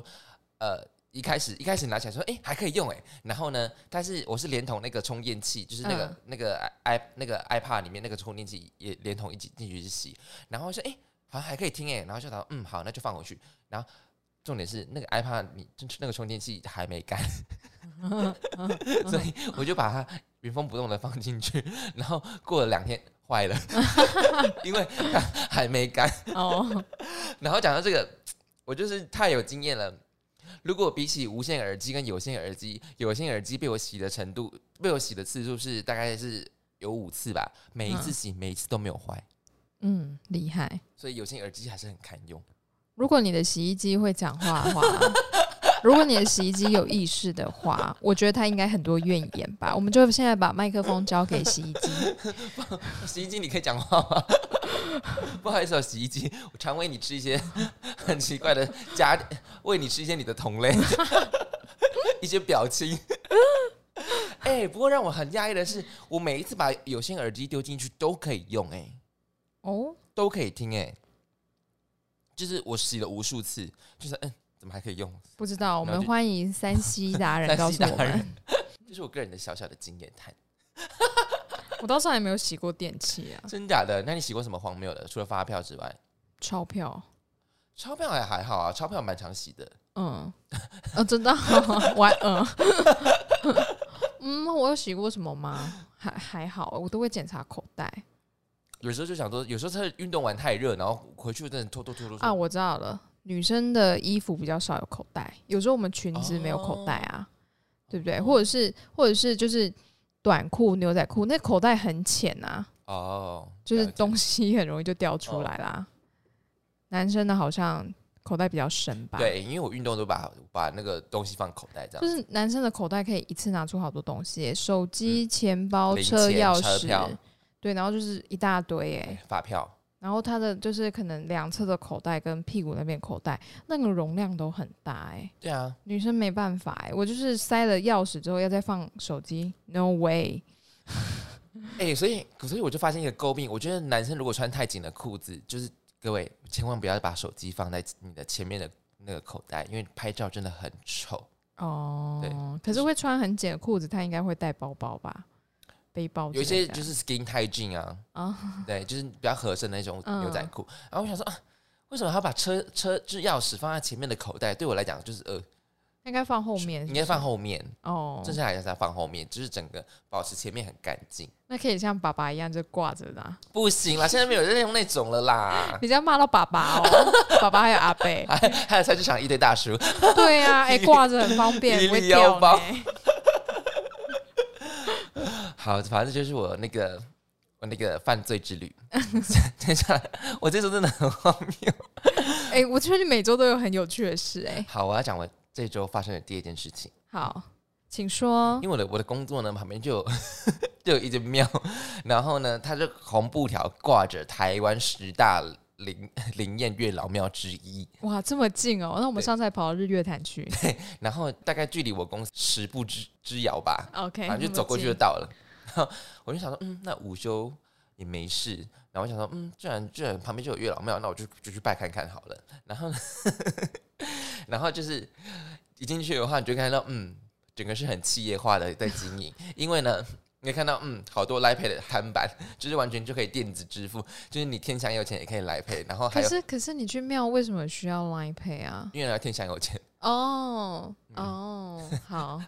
Speaker 1: 呃，一开始一开始拿起来说，哎、还可以用哎、然后呢，但是我是连同那个充电器，就是那个、
Speaker 2: 嗯
Speaker 1: 那个 i i- 那个 iPad 里面那个充电器也连同一起进去去洗，然后说，哎、好像还可以听哎、然后就想，嗯，好，那就放回去。然后重点是那个 iPad 你就是那个充电器还没干，所以我就把它原封不动的放进去，然后过了两天坏了，因为它还没干。
Speaker 2: 哦，
Speaker 1: 然后讲到这个，我就是太有经验了。如果比起无线耳机跟有线耳机，有线耳机被我洗的程度，被我洗的次数是大概是有五次吧，每一次
Speaker 2: 嗯
Speaker 1: 洗、每一次都没有坏，
Speaker 2: 嗯，厉害。
Speaker 1: 所以有线耳机还是很堪用。
Speaker 2: 如果你的洗衣机会讲话的话， 如果你的洗衣机有意识的话，我觉得它应该很多怨言吧。我们就现在把麦克风交给洗衣机。
Speaker 1: 洗衣机你可以讲话吗？ 不好意思、哦，洗衣机，我常喂你吃一些 很奇怪的家，喂你吃一些你的同类， 一些表情。 哎、不过让我很讶异的是，我每一次把有线耳机丢进去都可以用、哎。
Speaker 2: 哦，
Speaker 1: 都可以听哎、就是我洗了无数次，就是嗯，怎么还可以用？
Speaker 2: 不知道，我
Speaker 1: 了
Speaker 2: 们
Speaker 1: 解
Speaker 2: 欢迎山西达 人
Speaker 1: 山
Speaker 2: 哎告
Speaker 1: 西
Speaker 2: 诉我
Speaker 1: 达人
Speaker 2: 们。
Speaker 1: 这是我个人的小小的经验谈，
Speaker 2: 我到现在还没有洗过电器啊，
Speaker 1: 真假的？那你洗过什么荒谬的？除了发票之外，
Speaker 2: 钞票。
Speaker 1: 钞票还还好啊，钞票蛮常洗的。
Speaker 2: 嗯，哦，真的， 我还嗯 嗯，我有洗过什么吗？还还好，我都会检查口袋
Speaker 1: 有时候就想说，有时候他运动完太热，然后回去真的拖拖拖拖
Speaker 2: 啊。
Speaker 1: 拖。
Speaker 2: 我知道了，女生的衣服比较少有口袋，有时候我们裙子没有口袋
Speaker 1: 哦
Speaker 2: 啊，对不对？或者是或者是就是短裤、牛仔裤，那口袋很浅啊，
Speaker 1: 哦，
Speaker 2: 就是
Speaker 1: 了解哦
Speaker 2: 东西很容易就掉出来啦。男生的好像口袋比较深吧？
Speaker 1: 对，因为我运动都把把那个东西放口袋这样，
Speaker 2: 就是男生的口袋可以一次拿出好多东西耶，手机、钱包、
Speaker 1: 嗯零
Speaker 2: 车
Speaker 1: 钱
Speaker 2: 钥
Speaker 1: 车票
Speaker 2: 匙，对，然后就是一大堆哎。
Speaker 1: 哎发票
Speaker 2: 然后他的就是可能两侧的口袋跟屁股那边口袋那个容量都很大哎、
Speaker 1: 对啊，
Speaker 2: 女生没办法哎、我就是塞了钥匙之后要再放手机，no way，
Speaker 1: 哎、所以所以我就发现一个诟病，我觉得男生如果穿太紧的裤子，就是各位千万不要把手机放在你的前面的那个口袋，因为拍照真的很丑。
Speaker 2: 哦，
Speaker 1: 对
Speaker 2: 可是会穿很紧的裤子，他应该会带包包吧，背包之
Speaker 1: 有一些
Speaker 2: 哦类的
Speaker 1: 就是 skin t i g h jean 啊，
Speaker 2: 啊，
Speaker 1: 对，就是比较合身的那种
Speaker 2: 嗯
Speaker 1: 牛仔裤。然后我想说啊，为什么他把车车就是钥匙放在前面的口袋？对我来讲就是呃，
Speaker 2: 应该放后面，
Speaker 1: 应该放后面，
Speaker 2: 哦
Speaker 1: 正，确来讲是要放后面，就是整个保持前面很干净。
Speaker 2: 那可以像爸爸一样就挂着的啊、，
Speaker 1: 不行啦，现在没有人用那种了啦
Speaker 2: 你这样骂到爸爸哦， 爸爸还有阿贝，
Speaker 1: 还还有菜市场一堆大叔。
Speaker 2: 对 呀、啊，哎、挂着很方便，
Speaker 1: 一
Speaker 2: 不会
Speaker 1: 粒
Speaker 2: 掉
Speaker 1: 腰包
Speaker 2: 呢。
Speaker 1: 好，反正就是我那个我那个犯罪之旅。 接下来，我这周真的很荒谬。
Speaker 2: 哎、我觉得你每周都有很有趣的事、哎，
Speaker 1: 好，我要讲我这周发生的第一件事情，
Speaker 2: 好，请说
Speaker 1: 因。为我的我的工作呢旁边就有 就有一间庙，然后呢，它就红布条挂着台湾十大灵灵验月老庙之一，
Speaker 2: 哇，这么近哦！那我们
Speaker 1: 对
Speaker 2: 上次还跑到日月潭去。
Speaker 1: 然后大概距离我公司十步之之遥吧，
Speaker 2: OK，
Speaker 1: 反正就
Speaker 2: 那么
Speaker 1: 走过去就
Speaker 2: 近
Speaker 1: 到了。 然后我就想说，嗯，那午休也没事。然后我想说，嗯，既然既然旁边就有月老庙，那我就就去拜看看好了。然后呢， 然后就是一进去的话，你就看到，嗯，整个是很企业化的在经营，因为呢。你会看到，嗯，好多 Line Pay 的摊板，就是完全就可以电子支付，就是你天想有钱也可以 Line Pay，然后还
Speaker 2: 可
Speaker 1: 有
Speaker 2: 是可是你去庙为什么需要 Line Pay 啊？
Speaker 1: 因为呢天想有钱，
Speaker 2: 哦哦，好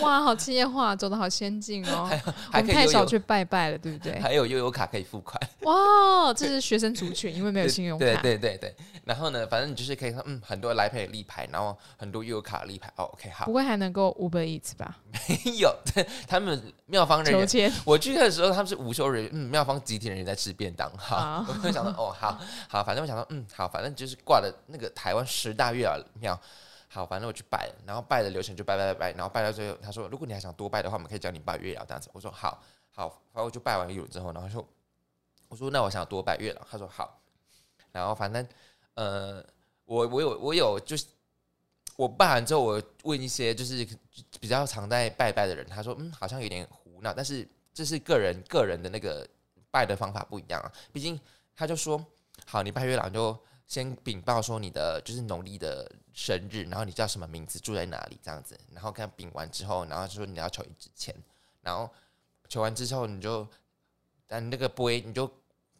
Speaker 2: 哇，好企业化，走的好先进哦。我
Speaker 1: 还
Speaker 2: 们
Speaker 1: 可以
Speaker 2: 太
Speaker 1: 悠
Speaker 2: 少
Speaker 1: 游，
Speaker 2: 去拜拜了，对不对？
Speaker 1: 还有悠游卡可以付款，
Speaker 2: 哇，这是学生族群，因为没有
Speaker 1: 对
Speaker 2: 信用卡。
Speaker 1: 对对对对，然后呢，反正你就是可以看，嗯，很多来配立牌，然后很多悠游卡立牌。哦，OK，好
Speaker 2: 不，会还能够 Uber Eats 吧？
Speaker 1: 没 有，对他们妙方人
Speaker 2: 求
Speaker 1: 员，
Speaker 2: 签
Speaker 1: 我去看的时候他们是午休人员，嗯，妙方集体人员在吃便当，好，
Speaker 2: 啊
Speaker 1: 我就想到，哦，好好，反正我想到，嗯，好，反正就是挂了那个台湾十大月老庙。好，反正我去拜了，然后拜的流程就拜拜拜拜，然后拜到最后，他说如果你还想多拜的话，我们可以教你拜月老这样子。我说好，好，反正我就拜完一轮之后，然后说，我说那我想多拜月老，他说好，然后反正呃，我我有我有就是我拜完之后，我问一些就是比较常在拜拜的人，他说嗯，好像有点胡闹，但是这是个人个人的那个拜的方法不一样啊，毕竟他就说好，你拜月老你就先禀报说你的就是农历的生日，然后你叫什么名字，住在哪里这样子，然后跟他禀完之后，然后就说你要求一支签，然后求完之后你就，但那个杯你就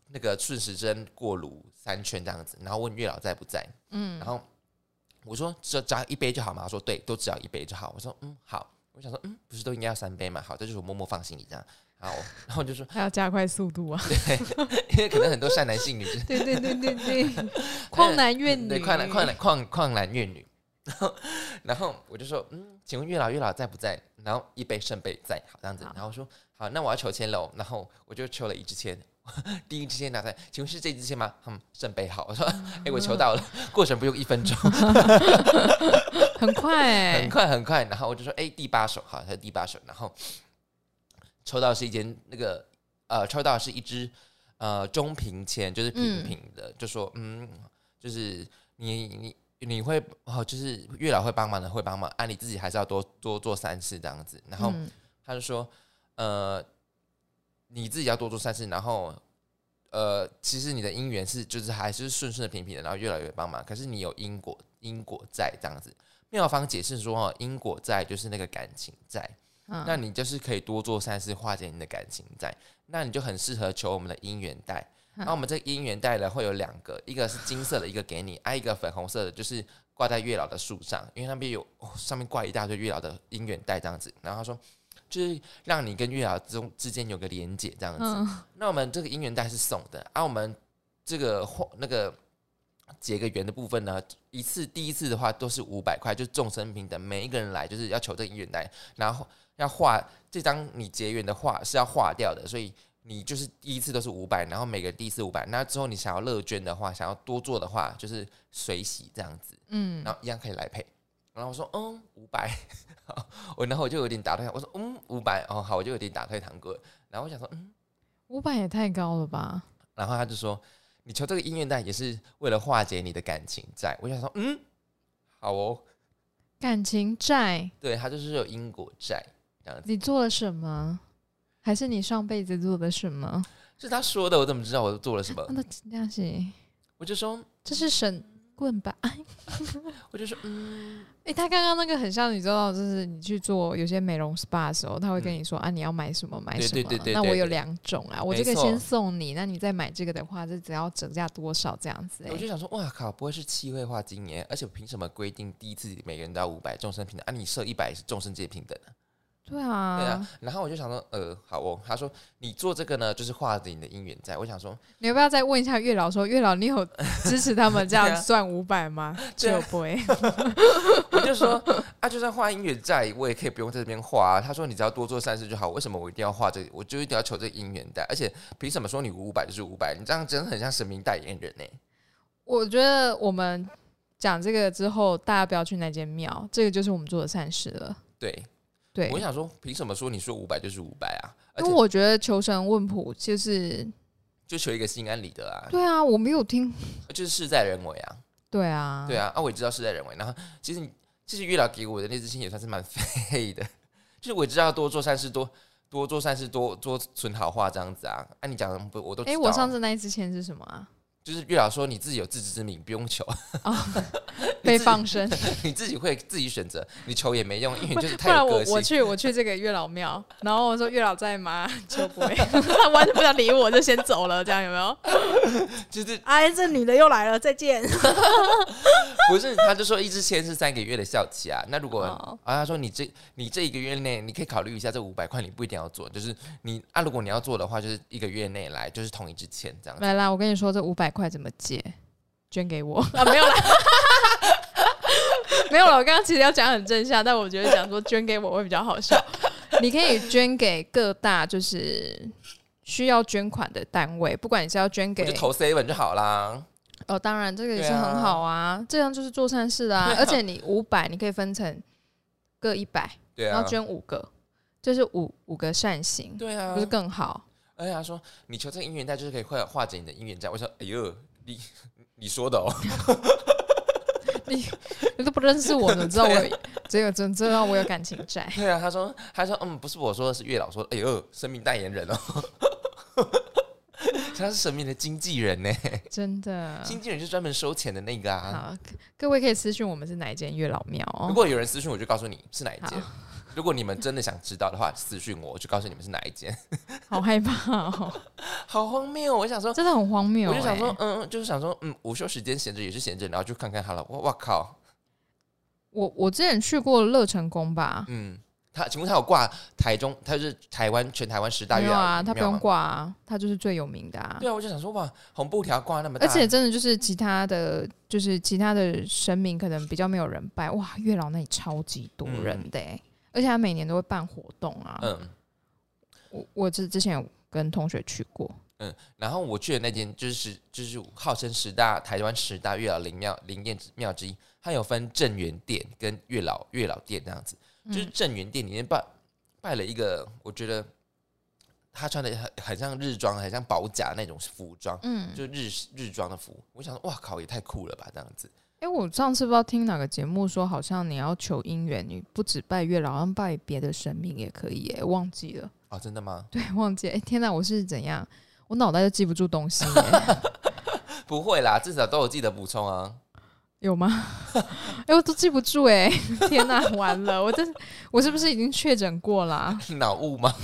Speaker 1: 那个顺时针过炉三圈这样子，然后问月老在不在，
Speaker 2: 嗯
Speaker 1: 然，后我说只只要一杯就好嘛，他说对，都只要一杯就好。我说嗯好，我想说嗯不是都应该要三杯嘛，好，这就是我默默放心里这样。然后我然后我就说，
Speaker 2: 还要加快速度 啊！
Speaker 1: 因为可能很多善男信女就是
Speaker 2: 对对对对对， 旷男 怨
Speaker 1: 对
Speaker 2: 女，
Speaker 1: 旷男旷男旷旷男怨女。然后然后我就说嗯，请问月老月老在不在？然后一杯圣杯在，好这样子
Speaker 2: 好。
Speaker 1: 然后说好，那我要求签喽。然后我就求了一支签。 第一支签拿出来，请问是这支签吗？嗯，圣杯好。我 说，哎、我求到了，过程不用一分钟。
Speaker 2: 很快哎、
Speaker 1: 很快很快，然后我就说，哎、第八首，好，它是第八首，然后抽到是一间那个呃，抽到是一支呃中平签，就是平
Speaker 2: 嗯
Speaker 1: 平的，就说嗯，就是你你。你会哦，就是月老会帮忙的，会帮忙啊！你自己还是要多多做三次这样子。然后
Speaker 2: 嗯
Speaker 1: 他就说，呃，你自己要多做善事，然后呃，其实你的姻缘是就是还是顺顺的平平的，然后越来越帮忙，可是你有因果因果在这样子。妙方解释说，哦，因果在就是那个感情在，
Speaker 2: 嗯
Speaker 1: 那你就是可以多做善事化解你的感情债，那你就很适合求我们的姻缘带。
Speaker 2: 嗯
Speaker 1: 然后我们这个姻缘带呢会有两个，一个是金色的，一个给你，啊，一个粉红色的，就是挂在月老的树上，因为那边有、哦、上面挂一大堆月老的姻缘带这样子。然后他说，就是让你跟月老中之间有个连结这样子。
Speaker 2: 嗯
Speaker 1: 那我们这个姻缘带是送的，啊，我们这个或那个结个缘的部分呢，一次第一次的话都是五百块，就是众生平等，每一个人来就是要求这个姻缘带，然后要画这张你结缘的画是要画掉的，所以你就是第一次都是五百，然后每个人第一次五百，那之后你想要乐捐的话，想要多做的话，就是随喜这样子。
Speaker 2: 嗯
Speaker 1: 然后一样可以来配。然后我说嗯五百， 我然后我就有点打退堂，我说嗯五百哦好，我就有点打退堂鼓了。然后我想说嗯
Speaker 2: 五百也太高了吧？
Speaker 1: 然后他就说：“你求这个姻缘带也是为了化解你的感情债。”我就想说：“嗯，好哦。
Speaker 2: 感情债，”
Speaker 1: 对他就是有因果债这样子，
Speaker 2: 你做了什么？还是你上辈子做的什么？
Speaker 1: 是他说的，我怎么知道我做了什么
Speaker 2: 啊、？那这样子，
Speaker 1: 我就说，
Speaker 2: 这是神棍吧？哎、
Speaker 1: 我就说，嗯，
Speaker 2: 诶他刚刚那个很像，你知道，就是你去做有些美容 SPA 的时候，他会跟你说、啊，你要买什么买
Speaker 1: 嗯对
Speaker 2: 什么。
Speaker 1: 对对对
Speaker 2: 那
Speaker 1: 对
Speaker 2: 我有
Speaker 1: 对
Speaker 2: 两种啊，我这个
Speaker 1: 没错
Speaker 2: 先送你，那你再买这个的话，这只要折价多少这样子、
Speaker 1: 我
Speaker 2: 欸？
Speaker 1: 就想说，哇靠，不会是七会化今年？而且凭什么规定第一次每个人都要五百众生平等？啊，你设一百是众生皆平等啊？
Speaker 2: 对啊，
Speaker 1: 对啊。然后我就想说，呃，好哦。他说你做这个呢，就是化解你的姻缘债。我想说，
Speaker 2: 你要不要再问一下月老说，月老你 有支持他们这
Speaker 1: 对
Speaker 2: 样
Speaker 1: 啊
Speaker 2: 算五 百吗？
Speaker 1: 对啊
Speaker 2: 就不会。
Speaker 1: 我就说啊，就算画姻缘债，我也可以不用在这边画啊。他说你只要多做善事就好，为什么我一定要画这个？我就一定要求这个姻缘债，而且凭什么说你五百就是五百？你这样真的很像神明代言人呢、
Speaker 2: 我觉得我们讲这个之后，大家不要去那间庙，这个就是我们做的善事了。
Speaker 1: 对，
Speaker 2: 对，
Speaker 1: 我想说，凭什么说你说五百就是五百啊？而
Speaker 2: 因为
Speaker 1: 且
Speaker 2: 我觉得求神问卜就是
Speaker 1: 就求一个心安理得啊，
Speaker 2: 对啊，我没有听，
Speaker 1: 就是事在人为啊。
Speaker 2: 对啊，
Speaker 1: 对啊，啊，我也知道事在人为。然后其实其实月老给我的那支心也算是蛮 废的，就是我也知道多做善事多。多做善事，多多存好话，这样子啊？啊，你讲的不，我都知道啊。
Speaker 2: 哎、我上次那一支签是什么 啊？
Speaker 1: 就是月老说你自己有自知之明，不用求。
Speaker 2: 哦 被放生，
Speaker 1: 你自己会自己选择，你求也没用，因为你就是
Speaker 2: 不
Speaker 1: 太有
Speaker 2: 然
Speaker 1: 个
Speaker 2: 我我
Speaker 1: 性。
Speaker 2: 去我去这个月老庙，然后我说月老在吗？就 不会，他完全不想理我，就先走了，这样有没有？
Speaker 1: 就是
Speaker 2: 哎，这女的又来了，再见。
Speaker 1: 不是，他就说一支签是三个月的效期啊。那如果、
Speaker 2: 哦
Speaker 1: 啊，他说你这你这一个月内，你可以考虑一下这五百块，你不一定要做，就是你啊，如果你要做的话，就是一个月内来，就是同一支签这样子。
Speaker 2: 来啦，我跟你说，这五百块怎么借？捐给我啊？没有啦， 没有了。我刚刚其实要讲很正向，但我觉得讲说捐给我会比较好笑。你可以捐给各大就是需要捐款的单位，不管你是要捐
Speaker 1: 我
Speaker 2: 给
Speaker 1: 就投 seven 就好啦。
Speaker 2: 哦，当然这个也
Speaker 1: 对
Speaker 2: 是
Speaker 1: 啊
Speaker 2: 很好啊，这样就是做善事 啊。而且你五百，你可以分成各一百，
Speaker 1: 对
Speaker 2: 然
Speaker 1: 啊
Speaker 2: 后，捐五个，就是五五个善行，
Speaker 1: 对啊
Speaker 2: 不是。更好？
Speaker 1: 而且他说你求这个姻缘债，就是可以化化解你的姻缘债。我说哎呦，你你说的哦，
Speaker 2: 你都不认识我，怎 么知道我
Speaker 1: 啊
Speaker 2: 有这个真知道我有感情债？
Speaker 1: 对啊。他说他说嗯，不是我说的，是月老说的。哎呦，生命代言人哦。 他是神明的经纪人呢，
Speaker 2: 真的。
Speaker 1: 经纪人是专门收钱的那个啊。
Speaker 2: 好，各位可以私讯我们是哪一间月老庙
Speaker 1: 如
Speaker 2: 哦。
Speaker 1: 果有人私讯我，就告诉你是哪一间
Speaker 2: 好。
Speaker 1: 如果你们真的想知道的话，私讯我，我就告诉你们是哪一间。
Speaker 2: 好害怕哦，
Speaker 1: 好荒谬哦！我想说，
Speaker 2: 真的很荒谬、欸
Speaker 1: 我就想说，，嗯，就是想说，嗯，午休时间闲着也是闲着，然后就看看他了。我哇靠，
Speaker 2: 我我之前去过乐成宫吧，
Speaker 1: 嗯，他请问他有挂台中，他是台湾全台湾十大
Speaker 2: 没
Speaker 1: 月
Speaker 2: 有
Speaker 1: 老
Speaker 2: 啊，他
Speaker 1: 庙
Speaker 2: 不用
Speaker 1: 吗。
Speaker 2: 挂啊，他就是最有名的啊。
Speaker 1: 对啊，我就想说哇，红布条挂那么大，
Speaker 2: 而且真的就是其他的，就是其他的神明可能比较没有人拜哇，月老那里超级多人的欸、而且他每年都会办活动啊。
Speaker 1: 嗯
Speaker 2: 我我之之前有跟同学去过，
Speaker 1: 嗯，然后我去的那间就是就是号称十大台湾十大月老灵庙灵验之庙之一，它有分正元殿跟月老月老殿这样子，就是
Speaker 2: 嗯
Speaker 1: 正元殿里面拜拜了一个，我觉得他穿的很很像日装，很像保甲那种服装，
Speaker 2: 嗯，
Speaker 1: 就日日装的服，我想说哇靠，也太酷了吧这样子，
Speaker 2: 哎、我上次不知道听哪个节目说，好像你要求姻缘，你不只拜月老，好像拜别的神明也可以、耶，忘记了，
Speaker 1: 哦，真的吗？
Speaker 2: 对，忘记了，哎、天哪，我是怎样？我脑袋就记不住东西、 耶
Speaker 1: 不会啦，至少都有记得补充啊。
Speaker 2: 有吗？ 哎、我都记不住、哎， 天哪，完了，我这我是不是已经确诊过啦、
Speaker 1: 脑雾吗？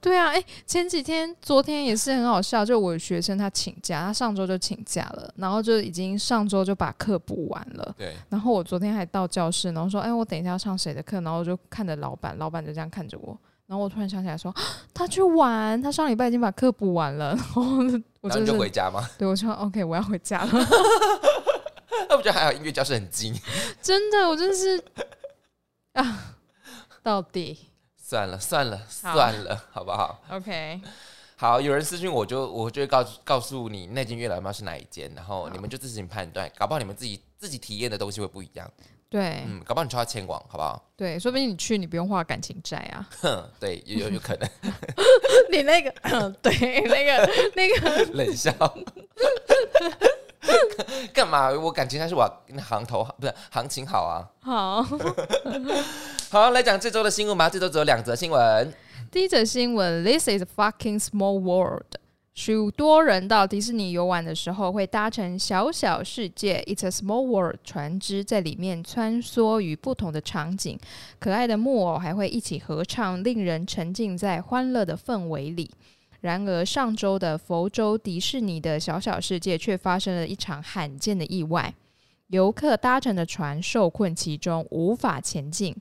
Speaker 2: 对啊，哎、前几天、昨天也是很好笑，就我有学生他请假，他上周就请假了，然后就已经上周就把课补完了。
Speaker 1: 对，
Speaker 2: 然后我昨天还到教室，然后说：“哎、我等一下要上谁的课？”然后我就看着老板，老板就这样看着我。然后我突然想起来说，啊他去玩，他上礼拜已经把课补完了。然 后我
Speaker 1: 然后
Speaker 2: 真
Speaker 1: 你
Speaker 2: 的
Speaker 1: 就是回家吗？
Speaker 2: 对我说：“OK，我要回家了。
Speaker 1: 那不觉得还好音乐教室很精？”
Speaker 2: 真的，我真的是啊，到底
Speaker 1: 算了算了算了，好不好？
Speaker 2: OK，
Speaker 1: 好，有人私信我就我就会告诉告诉你那间月老庙是哪一间，然后
Speaker 2: 好
Speaker 1: 你们就自行判断，搞不好你们自己自己体验的东西会不一样。
Speaker 2: 对、
Speaker 1: 嗯，搞不好你抽到千广，好不好？
Speaker 2: 对，说不定你去你不用画感情债啊。
Speaker 1: 哼，对，有有有可能
Speaker 2: 你那个， 对，那个那个，
Speaker 1: 冷 笑。干嘛？我感情还是我行头好不是行情好啊。
Speaker 2: 好，
Speaker 1: 好，来讲这周的新闻吧。这周只有两则新闻。
Speaker 2: 第一则新闻，This is a fucking small world。许多人到迪士尼游玩的时候，会搭乘“小小世界 ”（It's a Small World） 船只，在里面穿梭于不同的场景，可爱的木偶还会一起合唱，令人沉浸在欢乐的氛围里。然而，上周的佛州迪士尼的小小世界却发生了一场罕见的意外，游客搭乘的船受困其中，无法前进。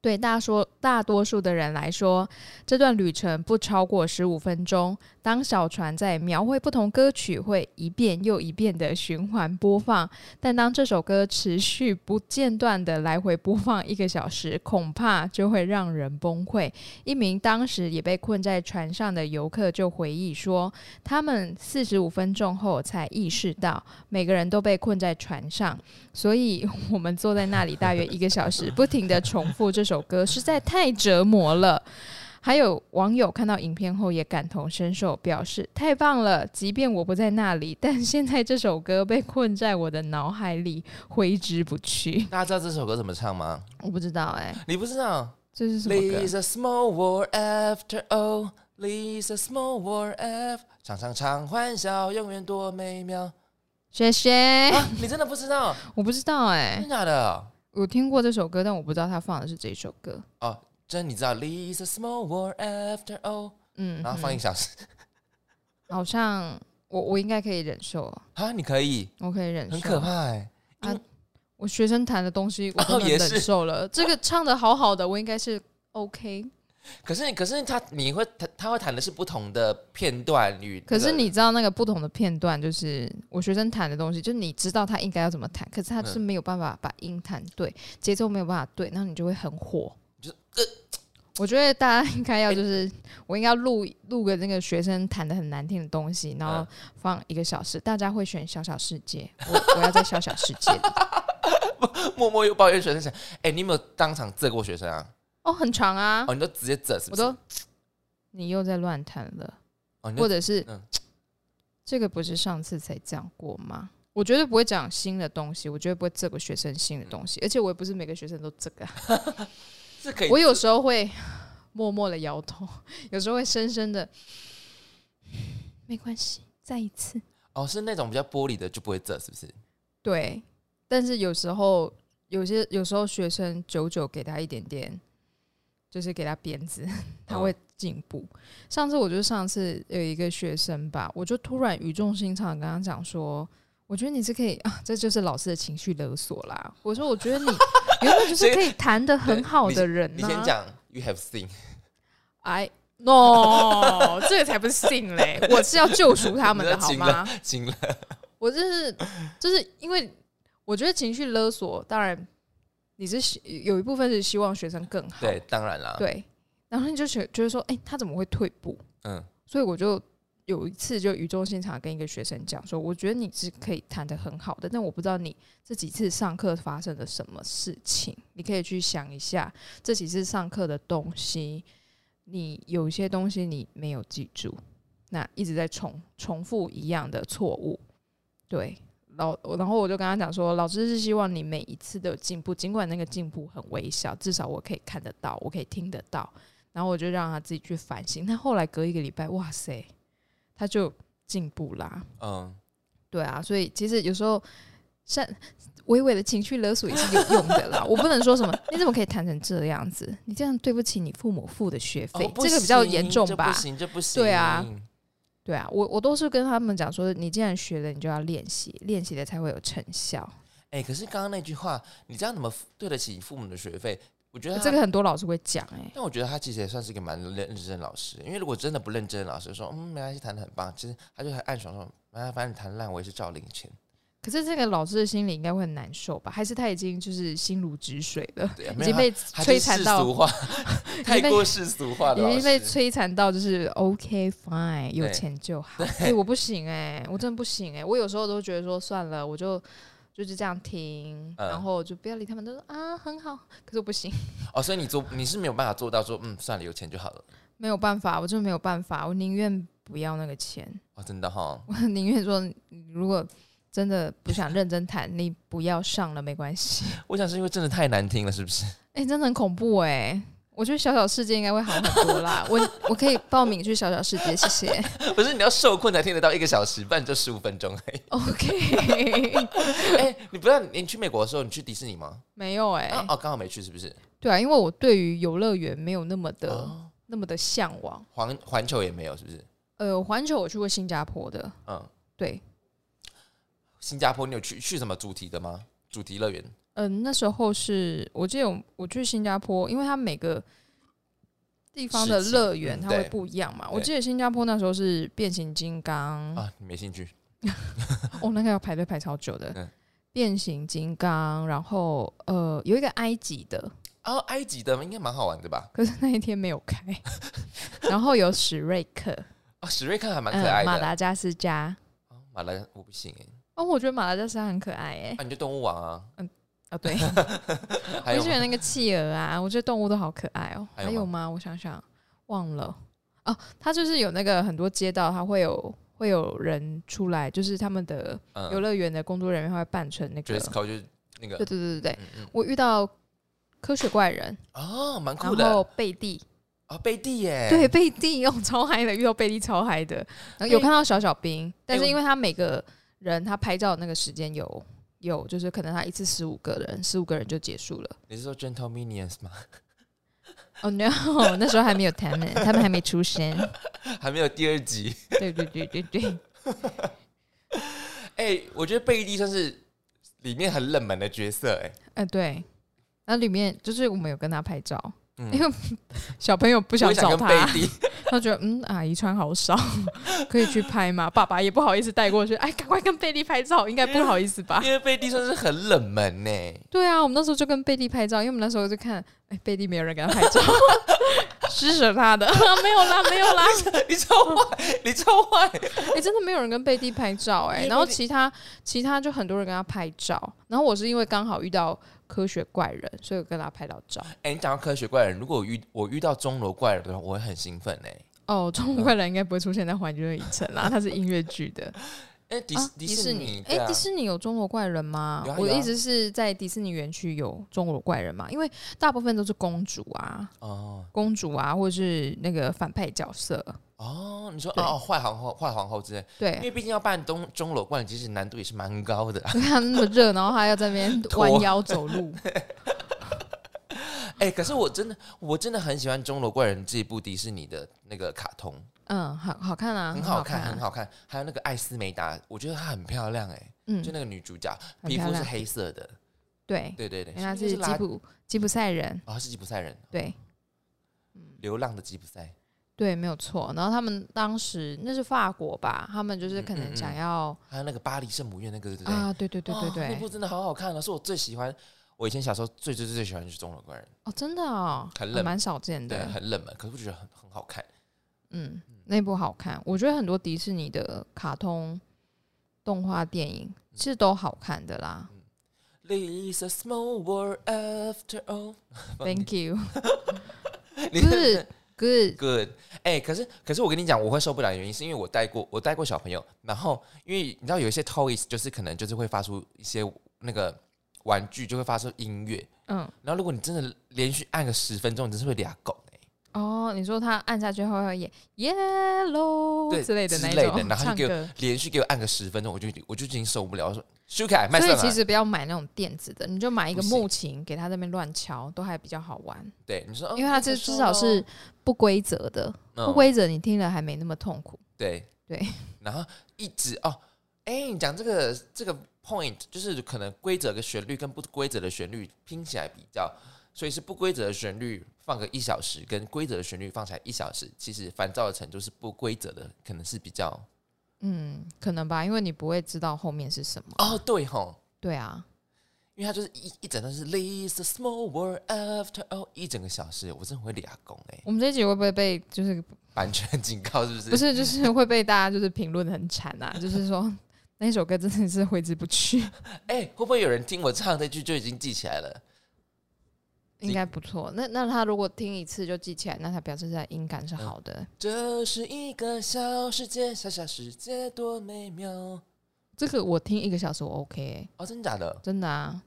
Speaker 2: 对大说大多数的人来说，这段旅程不超过十五分钟。当小船在描绘不同歌曲会一遍又一遍的循环播放，但当这首歌持续不间断的来回播放一个小时，恐怕就会让人崩溃。一名当时也被困在船上的游客就回忆说，他们四十五分钟后才意识到，每个人都被困在船上，所以我们坐在那里大约一个小时，不停的重复这首歌，实在太折磨了。还有网友看到影片后也感同身受，表示太棒了！即便我不在那里，但现在这首歌被困在我的脑海里，挥之不去。
Speaker 1: 大家知道这首歌怎么唱吗？
Speaker 2: 我不知道哎、
Speaker 1: 你不知道？
Speaker 2: 这是什么歌啊
Speaker 1: Leaves a small world after all. Leaves a small world after. 常常常欢笑，永远多美妙。
Speaker 2: 谢谢，
Speaker 1: 啊，你真的不知道？
Speaker 2: 我不知道哎、
Speaker 1: 真的假的？
Speaker 2: 我听过这首歌，但我不知道他放的是这首歌。
Speaker 1: 哦，真你知道？Leaves a small world after all.
Speaker 2: 嗯，
Speaker 1: 然后放一
Speaker 2: 嗯
Speaker 1: 个小时
Speaker 2: 好像我我应该可以忍受，
Speaker 1: 啊，你可以，
Speaker 2: 我可以忍受。
Speaker 1: 很可怕哎。
Speaker 2: 我学生弹的东西我都
Speaker 1: 哦
Speaker 2: 能
Speaker 1: 也是
Speaker 2: 忍受了，这个唱的好好的，我应该是 OK。
Speaker 1: 可是可是他你会他他会弹的是不同的片段与那
Speaker 2: 可
Speaker 1: 个。
Speaker 2: 是你知道那个不同的片段，就是我学生弹的东西，就是你知道他应该要怎么弹，可是他
Speaker 1: 嗯
Speaker 2: 就是没有办法把音弹对，节奏没有办法对，然后你就会很火。
Speaker 1: 就是呃哎
Speaker 2: 我觉得大家应该要就是，我应该要录录个那个学生弹的很难听的东西，然后
Speaker 1: 嗯
Speaker 2: 放一个小时，大家会选小小世界，我我要在小小世 界里
Speaker 1: 默默又抱怨学生想，哎，你有没有当场责过学生啊？
Speaker 2: 哦，很长啊，
Speaker 1: 哦，你都直接责是不
Speaker 2: 我
Speaker 1: 是？
Speaker 2: 都你又在乱弹了，
Speaker 1: 哦，你都
Speaker 2: 或者是
Speaker 1: 嗯
Speaker 2: 这个不是上次才讲过吗？我绝对不会讲新的东西，我绝对不会这个学生新的东西，而且我也不是每个学生都这个啊，
Speaker 1: 是可以
Speaker 2: 我有时 候会默默的摇头，有时候会深深的 没关系，再一次。
Speaker 1: 哦，是那种比较玻璃的就不会这，是不是？
Speaker 2: 啊对，但是有时候有些有时候学生久久给他一点点，就是给他鞭子，
Speaker 1: 嗯
Speaker 2: 他会进步。上次我就上次有一个学生吧，我就突然语重心长地跟他讲说。我觉得你是可以啊，这就是老师的情绪勒索啦。我说，我觉得 你原本就是可以谈的很好的人、啊
Speaker 1: 你先讲，You have seen，
Speaker 2: 哎，no，这个才不是信嘞！我是要救赎他们的好
Speaker 1: 行了
Speaker 2: 吗？
Speaker 1: 行了，
Speaker 2: 我就是就是因为我觉得情绪勒索，当然你是希有一部分是希望学生更好，
Speaker 1: 对，当然啦，
Speaker 2: 对然后你就觉觉得说，哎、他怎么会退步？
Speaker 1: 嗯，
Speaker 2: 所以我就有一次就语重心长地跟一个学生讲说，我觉得你是可以谈得很好的，但我不知道你这几次上课发生了什么事情，你可以去想一下这几次上课的东西，你有一些东西你没有记住，那一直在重重复一样的错误，对。老，然后我就跟他讲说，老师是希望你每一次都有进步，尽管那个进步很微小，至少我可以看得到，我可以听得到。然后我就让他自己去反省。那后来隔一个礼拜，哇塞，他就进步啦。
Speaker 1: 嗯，
Speaker 2: 对啊，所以其实有时候像微微的情绪勒索也是有用的啦。我不能说什么，你怎么可以谈成这样子？你这样对不起你父母付的学费，
Speaker 1: 哦不
Speaker 2: 这个比较
Speaker 1: 行
Speaker 2: 严重
Speaker 1: 这
Speaker 2: 吧
Speaker 1: 不？行，这不行，
Speaker 2: 对啊，对啊，我我都是跟他们讲说，你既然学了，你就要练习，练习了才会有成效。
Speaker 1: 哎，可是刚刚那句话，你这样怎么对得起父母的学费？我觉得他
Speaker 2: 哎这个很多老师会讲哎、
Speaker 1: 但我觉得他其实也算是一个蛮认认真的老师，因为如果真的不认真的老师说，嗯，没关系，弹的很棒，其实他就很暗爽说，啊，反正你弹烂我也是照领钱，
Speaker 2: 可是这个老师的心里应该会很难受吧？还是他已经就是心如止水了，
Speaker 1: 对啊，
Speaker 2: 已
Speaker 1: 没有
Speaker 2: 经被
Speaker 1: 他他就
Speaker 2: 摧
Speaker 1: 是
Speaker 2: 残
Speaker 1: 世
Speaker 2: 到
Speaker 1: 俗化，太过世俗化的
Speaker 2: 已
Speaker 1: 老
Speaker 2: 经被
Speaker 1: 师。
Speaker 2: 摧残到就是 OK fine，有
Speaker 1: 对
Speaker 2: 钱就好。所以我不行哎、我真的不行哎、我有时候都觉得说算了，我就就是这样听，
Speaker 1: 嗯
Speaker 2: 然后就不要理他们，都说啊很好，可是我不行，
Speaker 1: 哦，所以你做你是没有办法做到说，嗯，算了，有钱就好了。
Speaker 2: 没有办法，我真的没有办法，我宁愿不要那个钱，
Speaker 1: 哦，真的哈、
Speaker 2: 我宁愿说你如果真的不想认真谈，你不要上了没关系。
Speaker 1: 我想是因为真的太难听了，是不是？
Speaker 2: 哎、真的很恐怖哎、我觉得小小世界应该会好很多啦，我我可以报名去小小世界，谢谢。
Speaker 1: 不是，你要受困才听得到一个小时，不然就十五分钟 而已。
Speaker 2: OK，
Speaker 1: 哎、你不要，你去美国的时候，你去迪士尼吗？
Speaker 2: 没有哎、
Speaker 1: 啊哦，刚好没去，是不是？
Speaker 2: 对啊，因为我对于游乐园没有那么的、
Speaker 1: 哦，
Speaker 2: 那么的向往。
Speaker 1: 环环球也没有，是不是？
Speaker 2: 呃，环球我去过新加坡的，
Speaker 1: 嗯，
Speaker 2: 对，
Speaker 1: 新加坡你有去去什么主题的吗？主题乐园？
Speaker 2: 嗯、那时候是我记得我我去新加坡，因为它每个地方的
Speaker 1: 市集
Speaker 2: 乐园
Speaker 1: 嗯
Speaker 2: 它会
Speaker 1: 对
Speaker 2: 不一样嘛。
Speaker 1: 对
Speaker 2: 我记得新加坡那时候是变形金刚，
Speaker 1: 啊，没兴趣。
Speaker 2: 哦，那个要排队排超久的。
Speaker 1: 嗯
Speaker 2: 变形金刚，然后呃，有一个埃及的，
Speaker 1: 哦，埃及的应该蛮好玩的吧？
Speaker 2: 可是那一天没有 开。然后有史瑞克，
Speaker 1: 啊，史瑞克还蛮可爱的。
Speaker 2: 嗯，马达加斯加。
Speaker 1: 哦马来我不行哎、
Speaker 2: 哦，我觉得马达加斯加很可爱哎、
Speaker 1: 啊，你就动物王啊，
Speaker 2: 哦，对，
Speaker 1: 还
Speaker 2: 嗯我
Speaker 1: 有
Speaker 2: 喜
Speaker 1: 吗
Speaker 2: 欢那个企鹅啊，我觉得动物都好可爱哦、
Speaker 1: 还有
Speaker 2: 还有吗？我想想，忘了哦。它就是有那个很多街道，它会有会有人出来，就是他们的游
Speaker 1: 嗯
Speaker 2: 乐园的工作人员会扮成那个。
Speaker 1: ，dress code 就是那个
Speaker 2: 对对，对对对，
Speaker 1: 嗯嗯，
Speaker 2: 我遇到科学怪人，
Speaker 1: 哦，蛮酷
Speaker 2: 然
Speaker 1: 的
Speaker 2: 后贝蒂，
Speaker 1: 啊，贝蒂耶，
Speaker 2: 对贝蒂，哦，超嗨的，遇到贝蒂超嗨的。
Speaker 1: 哎
Speaker 2: 然后有看到小小兵，但是因为他每个人他拍照的那个时间有有，就是可能他一次十五个人，十五个人就结束了。
Speaker 1: 你是说 Gentle Minions 吗？
Speaker 2: 哦、no，那时候还没有他们，他们还没出生。
Speaker 1: 还没有第二集。
Speaker 2: 对对对对对，
Speaker 1: 哎、我觉得贝蒂算是里面很冷门的角色哎、
Speaker 2: 呃对。那里面就是我们有跟他拍照，
Speaker 1: 嗯
Speaker 2: 因为小朋友不
Speaker 1: 不
Speaker 2: 想找
Speaker 1: 跟
Speaker 2: 他，
Speaker 1: 贝蒂，
Speaker 2: 他觉得嗯阿姨穿好少，可以去拍吗？爸爸也不好意思带过去，哎，赶快跟贝蒂拍照，应该不好意思吧？
Speaker 1: 因为贝蒂算是很冷门呢、
Speaker 2: 对啊，我们那时候就跟贝蒂拍照，因为我们那时候就看，哎，贝蒂没有人给他拍照， 施舍他的， 没有啦，没有啦，
Speaker 1: 你 超坏，你超坏。
Speaker 2: 哎、真的没有人跟贝蒂拍照哎、
Speaker 1: 因为
Speaker 2: 然后
Speaker 1: 贝蒂
Speaker 2: 其他其他就很多人跟他拍照，然后我是因为刚好遇到科学怪人，所以我跟他拍到照。
Speaker 1: 哎、你讲到科学怪人，如果我遇我遇到钟楼怪人的话，我会很兴奋哎、
Speaker 2: 哦，中国怪人应该不会出现在环球影城啦，它是音乐剧的。
Speaker 1: 哎、迪、
Speaker 2: 啊
Speaker 1: 迪
Speaker 2: 士
Speaker 1: 士
Speaker 2: 尼
Speaker 1: 尼，，
Speaker 2: 哎、
Speaker 1: 对啊
Speaker 2: 迪士尼有中国怪人吗？
Speaker 1: 有啊
Speaker 2: 我
Speaker 1: 有
Speaker 2: 的
Speaker 1: 啊
Speaker 2: 意思是在迪士尼园区有中国怪人嘛，因为大部分都是公主啊、
Speaker 1: 哦
Speaker 2: 公主啊，或是那个反派角色。
Speaker 1: 哦哦，你说
Speaker 2: 对
Speaker 1: 哦，坏皇后，坏皇后之类，因
Speaker 2: 对，
Speaker 1: 为毕竟要办东钟楼冠军，其实难度也是蛮高的。
Speaker 2: 对啊，那么热，然后还要在那边
Speaker 1: 拖
Speaker 2: 弯腰走路，
Speaker 1: 哎、可是我真的，我真的很喜欢《钟楼怪人》这一部迪士尼的那个卡通，
Speaker 2: 嗯，好好看啊，
Speaker 1: 很好看，
Speaker 2: 啊
Speaker 1: 很好看。还有那个艾斯梅达，我觉得她很漂亮、哎、
Speaker 2: 嗯
Speaker 1: 就，那个女主角，
Speaker 2: 很
Speaker 1: 皮
Speaker 2: 漂
Speaker 1: 肤是
Speaker 2: 亮
Speaker 1: 黑色的，
Speaker 2: 对，
Speaker 1: 对对对，
Speaker 2: 因为他
Speaker 1: 应该
Speaker 2: 是
Speaker 1: 拉
Speaker 2: 吉普吉普赛人，
Speaker 1: 哦，她是吉普赛人，
Speaker 2: 对
Speaker 1: 流浪的吉普赛，
Speaker 2: 对，没有错。然后他们当时那是法国吧，他们就是
Speaker 1: 嗯
Speaker 2: 可
Speaker 1: 嗯
Speaker 2: 能
Speaker 1: 嗯
Speaker 2: 想要
Speaker 1: 还有那个巴黎圣母院那个，对不对？
Speaker 2: 啊，对对对对
Speaker 1: 哦那部
Speaker 2: 对，
Speaker 1: 真的好好看啊，是我最喜欢。我以前小时候最最最最喜欢就是《钟楼怪人
Speaker 2: 哦，真的哦，
Speaker 1: 很
Speaker 2: 哦
Speaker 1: 冷
Speaker 2: 蛮少见》，
Speaker 1: 对，
Speaker 2: 的，
Speaker 1: 很冷门，可是我觉得很很好看。
Speaker 2: 嗯，那部好看。我觉得很多迪士尼的卡通、动画电影
Speaker 1: 嗯
Speaker 2: 其实都好看的 啦。
Speaker 1: There's a small world after all 。
Speaker 2: Thank you，
Speaker 1: 你
Speaker 2: Good good，
Speaker 1: good，哎、可是可是我跟你讲，我会受不了的原因是因为我带过我带过小朋友，然后因为你知道有一些 toys 就是可能就是会发出一些那个玩具就会发出音乐，
Speaker 2: 嗯，
Speaker 1: 然后如果你真的连续按个十分钟，你真是会俩狗哎、
Speaker 2: 哦，你说他按下去后会演 yellow
Speaker 1: 对
Speaker 2: 之类的那
Speaker 1: 之类的
Speaker 2: 种
Speaker 1: 然后
Speaker 2: 唱
Speaker 1: 就给我
Speaker 2: 歌，
Speaker 1: 连续给我按个十分钟，我就我就已经受不了，我说修凯卖啊
Speaker 2: 所以
Speaker 1: 算
Speaker 2: 其
Speaker 1: 了。
Speaker 2: 实不要买那种电子的，你就买一个
Speaker 1: 不行
Speaker 2: 木琴给他在那边乱敲，都还比较好玩，
Speaker 1: 对，你说，哦
Speaker 2: 因为它这至少是不规则的，不
Speaker 1: 嗯
Speaker 2: 规则你听了还没那么痛苦。
Speaker 1: 对
Speaker 2: 对，
Speaker 1: 然后一直哦，哎，你讲这个这个 point 就是可能规则的旋律跟不规则的旋律拼起来比较，所以是不规则的旋律放个一小时，跟规则的旋律放起来一小时，其实烦躁的程度是不规则的，可能是比较
Speaker 2: 嗯，可能吧，因为你不会知道后面是什么。
Speaker 1: 哦对吼，
Speaker 2: 对啊，
Speaker 1: 因为它就是一一整段是 Leaves a small world after all 一整个小时，我真的会俩拱哎，
Speaker 2: 我们这一集会不会被就是
Speaker 1: 版权警告是不是？
Speaker 2: 不是就是 会被大家就是评论得很惨 啊？就是说那首歌真的是挥之不去，
Speaker 1: 哎、会不会有人听我唱这句就已经记起来了？
Speaker 2: 应该不错。那那他如果听一次就记起来，那他表示在音感是好的。
Speaker 1: 嗯这是一个小世界，小小世界多美妙。哦，
Speaker 2: 这个我听一个小时我 OK，、欸、
Speaker 1: 真的假的？
Speaker 2: 真的啊，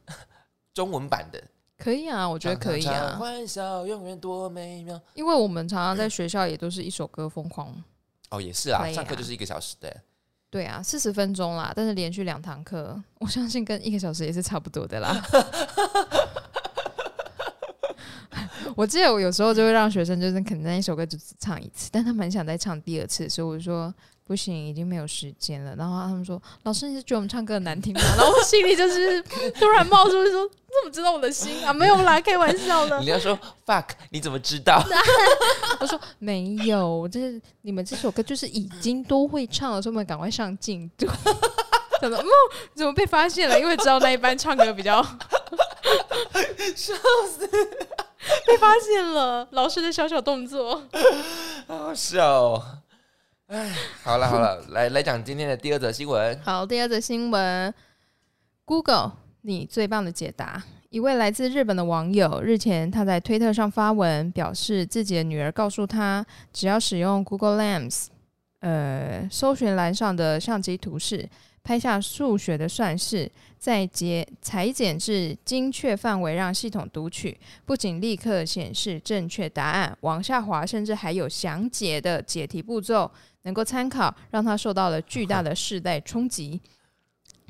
Speaker 1: 中文版的，
Speaker 2: 可以啊，我觉得可以
Speaker 1: 常常
Speaker 2: 啊
Speaker 1: 常，欢笑永远多美妙。
Speaker 2: 因为我们常常在学校也都是一首歌疯狂。
Speaker 1: 哦，也是啊，
Speaker 2: 可以啊
Speaker 1: 上课就是一个小时的。
Speaker 2: 对啊，四十分钟啦，但是连续两堂课， 我相信跟一个小时也是差不多的 啦。我记得我有时候就会让学生，就是可能那一首歌就只唱一次，但他们很想再唱第二次，所以我就说不行，已经没有时间了。然后他们说：“老师，你是觉得我们唱歌很难听吗？”然后我心里就是突然冒出说：“ 你怎么知道我的心啊？没有啦，开玩笑的
Speaker 1: 你。要说 fuck，你怎么知道？”
Speaker 2: 我说：“ 没有，就是你们这首歌就是已经都会唱了，所以我们赶快上进度。” 怎么？嗯怎么被发现了？因为知道那一班唱歌比较，笑死！ 被发现了，老师的小小动作。
Speaker 1: 好笑、哦。哎，好了好 了，来来讲今天的第二则新闻。
Speaker 2: 好，第二则新闻，Google，你最棒的解答。一位来自日本的网友日前，他在推特上发文表示，自己的女儿告诉他，只要使用 Google Lens，呃，搜寻栏上的相机图示，拍下数学的算式，再结裁剪至精确范围让系统读取，不仅立刻显示正确答案，往下滑甚至还有详解的解题步骤，能够参考，让他受到了巨大的世代冲击。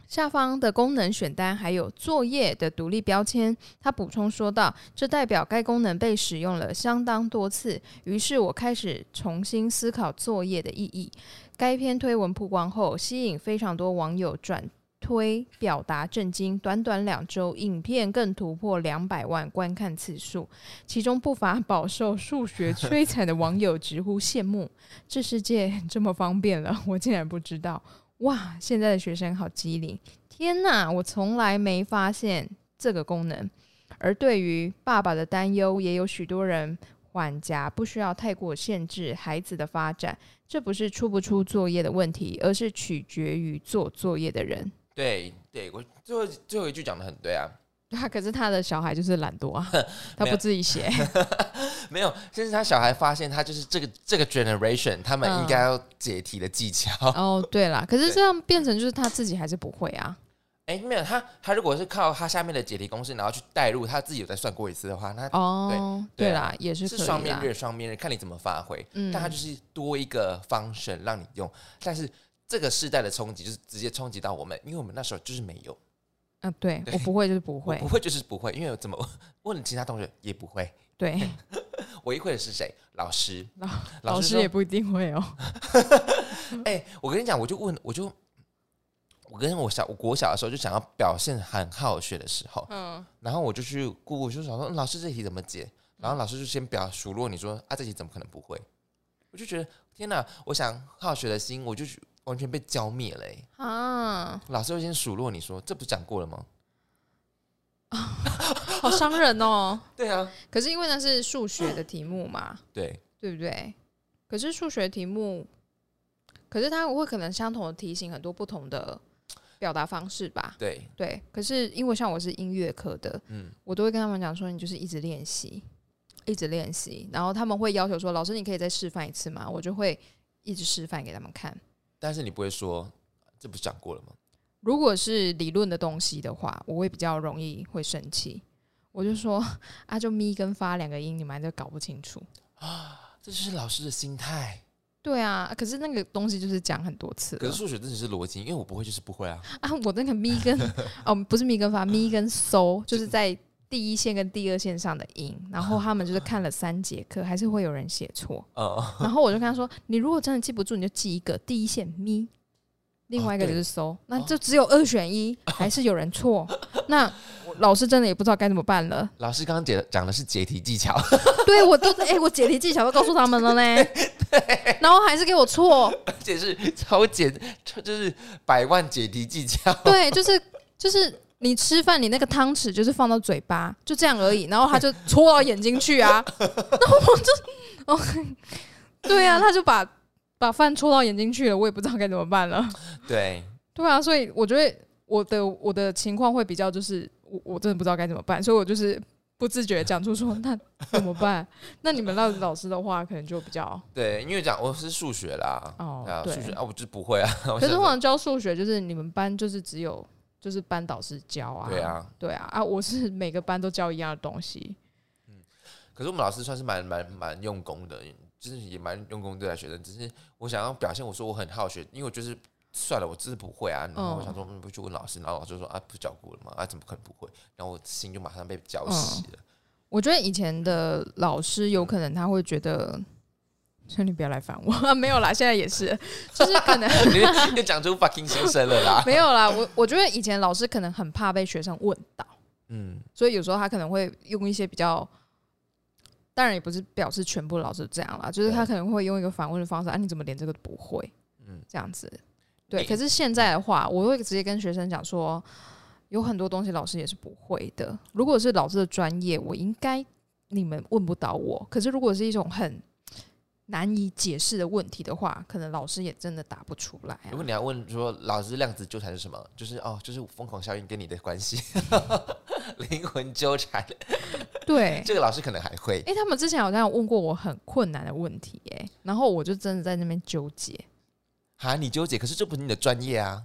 Speaker 2: 下方的功能选单还有作业的独立标签，他补充说道：“这代表该功能被使用了相当多次，于是我开始重新思考作业的意义。”该篇推文曝光后，吸引非常多网友转推，表达震惊。短短两周，影片更突破两百万观看次数，其中不乏饱受数学摧残的网友直呼羡慕。这世界 这么方便了，我竟然不知道！哇，现在的学生好机灵！天哪，我从来没发现这个功能。而对于爸爸的担忧，也有许多人缓颊，不需要太过限制孩子的发展。这不是出不出作业的问题，而是取决于做作业的人。
Speaker 1: 对对，我最后最后一句讲的很对啊，
Speaker 2: 对啊，可是他的小孩就是懒 惰啊，他
Speaker 1: 没
Speaker 2: 不
Speaker 1: 有
Speaker 2: 自己写。
Speaker 1: 没有，甚至他小孩发现他就是这个这个 generation，他们
Speaker 2: 嗯
Speaker 1: 应该要解题的技巧。
Speaker 2: 哦，对啦，可是
Speaker 1: 对
Speaker 2: 这样变成就是他自己还是不会啊。
Speaker 1: 哎，没有他，他如果是靠他下面的解题公式，然后去代入他自己有再算过一次的话，那
Speaker 2: 哦，
Speaker 1: 对
Speaker 2: 对
Speaker 1: 对啊
Speaker 2: 啦，也是
Speaker 1: 是
Speaker 2: 可以
Speaker 1: 双面
Speaker 2: 啦
Speaker 1: 刃，双面刃，看你怎么发挥。
Speaker 2: 嗯
Speaker 1: 但它就是多一个方式让你用，但是这个世代的冲击就是直接冲击到我们，因为我们那时候就是没有，
Speaker 2: 嗯，对
Speaker 1: 对
Speaker 2: 我不会就是不
Speaker 1: 我
Speaker 2: 会
Speaker 1: 不，会就是不会，因为我怎么问其他同学也不会，
Speaker 2: 对，
Speaker 1: 唯一会的是谁？老师。
Speaker 2: 老
Speaker 1: 老
Speaker 2: 老
Speaker 1: 师
Speaker 2: 师
Speaker 1: 说
Speaker 2: 也不一定会哦。
Speaker 1: 哎、我跟你讲，我就问，我就我跟我小我国小的时候就想要表现很好学的时候，
Speaker 2: 嗯，
Speaker 1: 然后我就去顾，我就想说、嗯老师这题怎么解，然后老师就先表数落你说啊这题怎么可能不会，我就觉得天哪，我想好学的心我就完全被浇灭了、欸。
Speaker 2: 啊，
Speaker 1: 老师会先数落你说这不是讲过了吗？
Speaker 2: 好伤人哦。
Speaker 1: 对啊，
Speaker 2: 可是因为那是数学的题目嘛，
Speaker 1: 对，
Speaker 2: 对不对？可是数学题目，可是它会可能相同的题型很多不同的表达方式吧？
Speaker 1: 对，
Speaker 2: 对。可是因为像我是音乐科的，
Speaker 1: 嗯，
Speaker 2: 我都会跟他们讲说，你就是一直练习，一直练习。然后他们会要求说，老师你可以再示范一次吗？我就会一直示范给他们看。
Speaker 1: 但是你不会说这不是讲过了吗？
Speaker 2: 如果是理论的东西的话，我会比较容易会生气。我就说啊，就咪跟发两个音，你们还在搞不清楚。
Speaker 1: 这就是老师的心态。
Speaker 2: 对啊，可是那个东西就是讲很多次
Speaker 1: 可
Speaker 2: 了
Speaker 1: 是数学真的是逻辑，因为我不会就是不会啊。
Speaker 2: 啊。我那个咪 跟哦，不是咪跟发，
Speaker 1: 嗯
Speaker 2: 咪跟搜，就是在第一线跟第二线上的音。然后他们就是看了三节课，还是会有人写 错。
Speaker 1: 呃，
Speaker 2: 然后我就跟他说，你如果真的记不住，你就记一个第一线咪，另
Speaker 1: 哦
Speaker 2: 外一个就是搜，那就只有二选一，还是有 人错。那我老师真的也不知道该怎么办了。
Speaker 1: 老师刚刚解讲的是解题技巧，
Speaker 2: 对我都哎、我解题技巧都告诉他们了呢，然后还是给我错，
Speaker 1: 而且是超解，就是百万解题技巧。
Speaker 2: 对，就是就是。你吃饭，你那个汤匙就是放到嘴巴，就这样而已。然后他就戳到眼睛去啊，然后我就，哦，对啊，他就把把饭戳到眼睛去了，我也不知道该怎么办了。
Speaker 1: 对，
Speaker 2: 对啊，所以我觉得我的我的情况会比较就是我我真的不知道该怎么办，所以我就是不自觉地讲出说那怎么办？那你们那老师的话可能就比较
Speaker 1: 对，因为讲我是数学啦，
Speaker 2: 哦
Speaker 1: 对啊，
Speaker 2: 对
Speaker 1: 数学啊，我就是不会啊。我
Speaker 2: 可是
Speaker 1: 想
Speaker 2: 通
Speaker 1: 说
Speaker 2: 常教数学就是你们班就是只有就是班导师教啊，
Speaker 1: 对，啊，
Speaker 2: 对啊，啊，我是 每个班都教一样的东西，
Speaker 1: 可是我们老师算是蛮蛮蛮用功的，就是也蛮用功对待学生。只是我想要表现，我说我很好学，因为我就是算了，我真的不会啊。然后我想说，嗯不去问老师，然后老师就说啊，不是教过了吗？啊，怎么可能不会？然后我心就马上被
Speaker 2: 嗯
Speaker 1: 浇熄了。
Speaker 2: 我觉得以前的老师有可能他会觉得，所以你不要来烦我、 啊，没有啦，现在也是，就是可能 。
Speaker 1: 你就讲出 fucking 先生了啦
Speaker 2: 没有啦，我我觉得以前老师可能很怕被学生问到。
Speaker 1: 嗯，
Speaker 2: 所以有时候他可能会用一些比较，当然也不是表示全部老师这样啦，就是他
Speaker 1: 对
Speaker 2: 可能会用一个反问的方式，啊，你怎么连这个都不会？
Speaker 1: 嗯
Speaker 2: 嗯，这样子。对，
Speaker 1: 诶
Speaker 2: 可是现在的话，我会直接跟学生讲说，有很多东西老师也是不会的。如果是老师的专业，我应该你们问不到我。可是如果是一种很难以解释的问题的话，可能老师也真的答不出来、
Speaker 1: 如果
Speaker 2: 啊。
Speaker 1: 你要问说老师量子纠缠是什么，就是哦，就是疯狂效应跟你的关系， 灵魂纠缠，
Speaker 2: 对，
Speaker 1: 这个老师可能还会。
Speaker 2: 哎、他们之前好像有问过我很困难的问题、欸，然后我就真的在那边纠结。
Speaker 1: 哈，你纠结，可是这不是你的专业啊。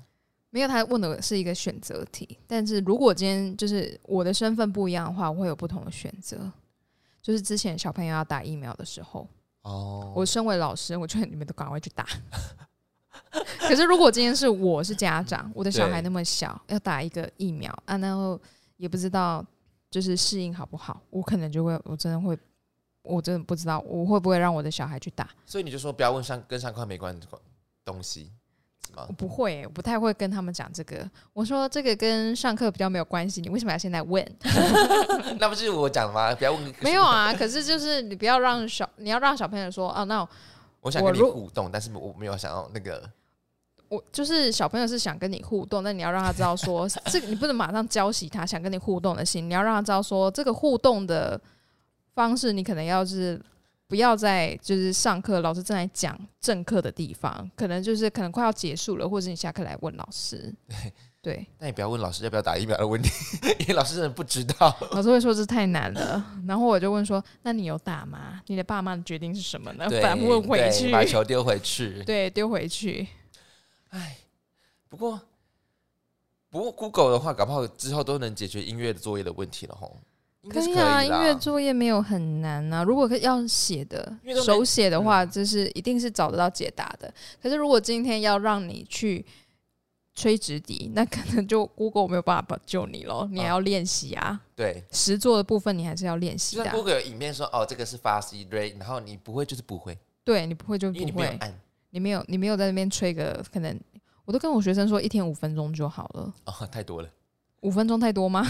Speaker 2: 没有，他问的是一个选择题，但是如果今天就是我的身份不一样的话，我会有不同的选择。就是之前小朋友要打疫苗的时候，
Speaker 1: 哦，
Speaker 2: 我身为老师，我劝你们都赶快去打。 可是如果今天是我是家长，我的小孩
Speaker 1: 对
Speaker 2: 那么小，要打一个疫苗啊，然后也不知道就是适应好不好，我可能就会，我真的会，我真的不知道我会不会让我的小孩去打。
Speaker 1: 所以你就说不要问上跟上课没关的东西， 是吗
Speaker 2: 我？不会、我不太会跟他们讲这个。我说这个跟上课比较没有关系，你为什么要现在问？
Speaker 1: 那不是我讲的吗？不要问，
Speaker 2: 没有啊，可是就是你不要让小，你要让小朋友说哦，那我
Speaker 1: 我想跟你
Speaker 2: 我如
Speaker 1: 互动，但是我没有想要那个。
Speaker 2: 我就是小朋友是想跟你互动，但你要让他知道说，这个你不能马上教习他想跟你互动的心，你要让他知道说，这个互动的方式，你可能要是不要在就是上课老师正在讲正课的地方，可能就是可能快要结束了，或者你下课来问老师，对，
Speaker 1: 但也不要问老师要不要打疫苗的问题， 因为老师真的不知 道。
Speaker 2: 老师会说这太难了，然后我就问说：“那你有打吗？你的爸妈的决定是什么呢？”
Speaker 1: 对，
Speaker 2: 反问回
Speaker 1: 对
Speaker 2: 去，
Speaker 1: 把球丢回去。
Speaker 2: 对，丢回去。
Speaker 1: 哎，不过不过 Google 的话，搞不好之后都能解决音乐作业的问题了吼。应该
Speaker 2: 可
Speaker 1: 是
Speaker 2: 以
Speaker 1: 可
Speaker 2: 啊，
Speaker 1: 以
Speaker 2: 音
Speaker 1: 啦
Speaker 2: 乐作业没有很难啊。如果可以要写的
Speaker 1: 因为都嗯能
Speaker 2: 手写的话，就是一定是找得到解答的。可是如果今天要让你去吹直笛，那可能就 Google 没有办法救你咯，
Speaker 1: 嗯
Speaker 2: 你还要练习啊，
Speaker 1: 对，
Speaker 2: 实作的部分你还是要练习
Speaker 1: 就
Speaker 2: 的
Speaker 1: 算
Speaker 2: 啊、
Speaker 1: Google 有影片说哦，这个是发 C re，然后你不会就是不会，
Speaker 2: 对你不会就
Speaker 1: 因为你
Speaker 2: 不
Speaker 1: 没有
Speaker 2: 会，
Speaker 1: 按
Speaker 2: 你没有你没有在那边吹个可能。我都跟我学生说，一天五分钟就好了。
Speaker 1: 哦，太多了，
Speaker 2: 五分钟太多吗？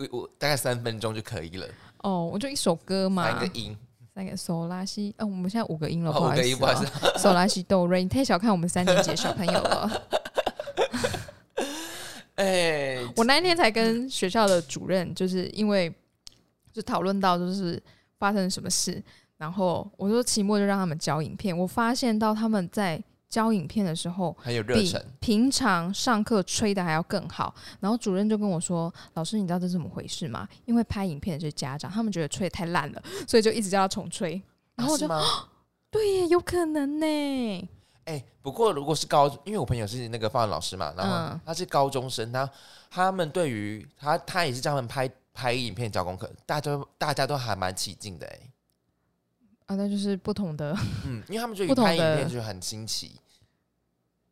Speaker 1: 我我大概三分钟就可以了，
Speaker 2: 哦，我就一首歌嘛，
Speaker 1: 三个音，
Speaker 2: 三个手拉西，哦，我们现在五个音了，
Speaker 1: 哦，五个音不
Speaker 2: 不
Speaker 1: 好
Speaker 2: 好
Speaker 1: 意
Speaker 2: 意
Speaker 1: 思
Speaker 2: 思、，哦，手拉西哆瑞，你太小看我们三年级的小朋 友了。
Speaker 1: 哎，
Speaker 2: 我那一天才跟学校的主任，就是因为就讨论到就是发生了什么事，然后我说期末就让他们交影片，我发现到他们在交影片的时候，
Speaker 1: 很有热
Speaker 2: 比
Speaker 1: 忱，
Speaker 2: 平常上课吹的还要更好。然后主任就跟我说：“老师，你知道这是怎么回事吗？因为拍影片的这些家长，他们觉得吹的太烂了，所以就一直叫他重吹。然
Speaker 1: 啊
Speaker 2: 后我
Speaker 1: 是
Speaker 2: 就、
Speaker 1: 吗？
Speaker 2: 对耶，有可能呢。
Speaker 1: 哎、不过如果是高，因为我朋友是那个法文老师嘛，然后
Speaker 2: 嗯
Speaker 1: 他是高中生，他他们对于他他也是叫他们拍拍影片交功课，大家都大家都还蛮起劲的哎、
Speaker 2: 啊，那就是不同的。
Speaker 1: 嗯，因为他们觉得
Speaker 2: 不同
Speaker 1: 拍影
Speaker 2: 的
Speaker 1: 片就很新奇，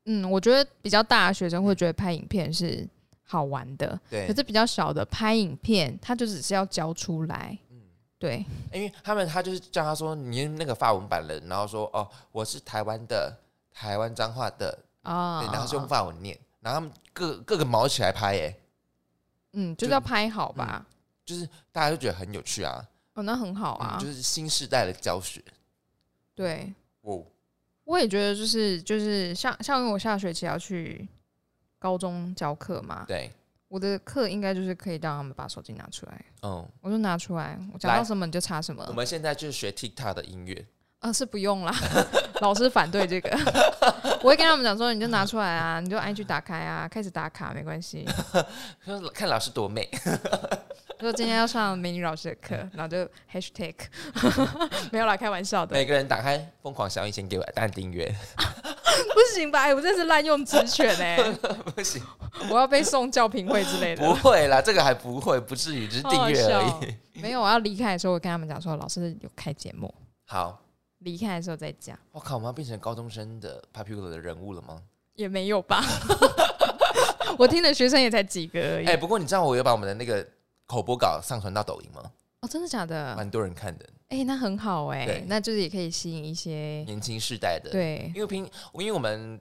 Speaker 2: 嗯，我觉得比较大的学生会觉得拍影片是好玩的，
Speaker 1: 对
Speaker 2: 可，是比较小的拍影片，他就只是要教出来。
Speaker 1: 嗯
Speaker 2: 对，
Speaker 1: 因为他们他就是叫他说你那个法文版人，然后说哦我是台湾的台湾彰化的，
Speaker 2: 啊
Speaker 1: 对，然后是用法文念，然后他们各各个毛起来拍哎、
Speaker 2: 嗯，就
Speaker 1: 就是嗯
Speaker 2: 要拍好吧。
Speaker 1: 就是大家就觉得很有趣啊，
Speaker 2: 哦，那很好
Speaker 1: 嗯
Speaker 2: 啊。
Speaker 1: 就是新时代的教学，
Speaker 2: 对，
Speaker 1: 哦，
Speaker 2: 我也觉得就是就是像像因为我下学期要去高中教课嘛，
Speaker 1: 对，
Speaker 2: 我的课应该就是可以让他们把手机拿出来，
Speaker 1: 嗯，
Speaker 2: 我就拿出来，我讲
Speaker 1: 来
Speaker 2: 到什么你就查什么
Speaker 1: 我。们现在就是学 TikTok 的音乐。
Speaker 2: 啊，是不用啦， 老师反对这个。 我会跟他们讲说，你就拿出来啊，你就 IG 打开啊，开始打卡没关系。
Speaker 1: 看 看老师多美，
Speaker 2: 说今天要上美女老师的课，然后就 hashtag 没有啦，开玩笑的，
Speaker 1: 每个人打开疯狂响应先给我按订阅，
Speaker 2: 不行吧？哎、我这是滥用职权哎、
Speaker 1: 不行，
Speaker 2: 我要被送教评会之类的
Speaker 1: 不。会啦，这个还不会，不至于，只是
Speaker 2: 好好
Speaker 1: 订阅而
Speaker 2: 笑
Speaker 1: 已。
Speaker 2: 没有，我要离开的时候，我跟他们讲说，老师有开节目，
Speaker 1: 好，
Speaker 2: 离开的时候再讲，
Speaker 1: 我靠，我们要变成高中生的 popular 的人物了吗？
Speaker 2: 也没有 吧。 我听的学生也才几个而已。
Speaker 1: 哎、不过你知道我有把我们的那个口播稿上传到抖音吗？
Speaker 2: 哦，真的假的？
Speaker 1: 蛮多人看的，
Speaker 2: 哎、那很好哎、
Speaker 1: 对
Speaker 2: 那就是也可以吸引一些
Speaker 1: 年轻世代的。，
Speaker 2: 哎对
Speaker 1: 因为平，因为我们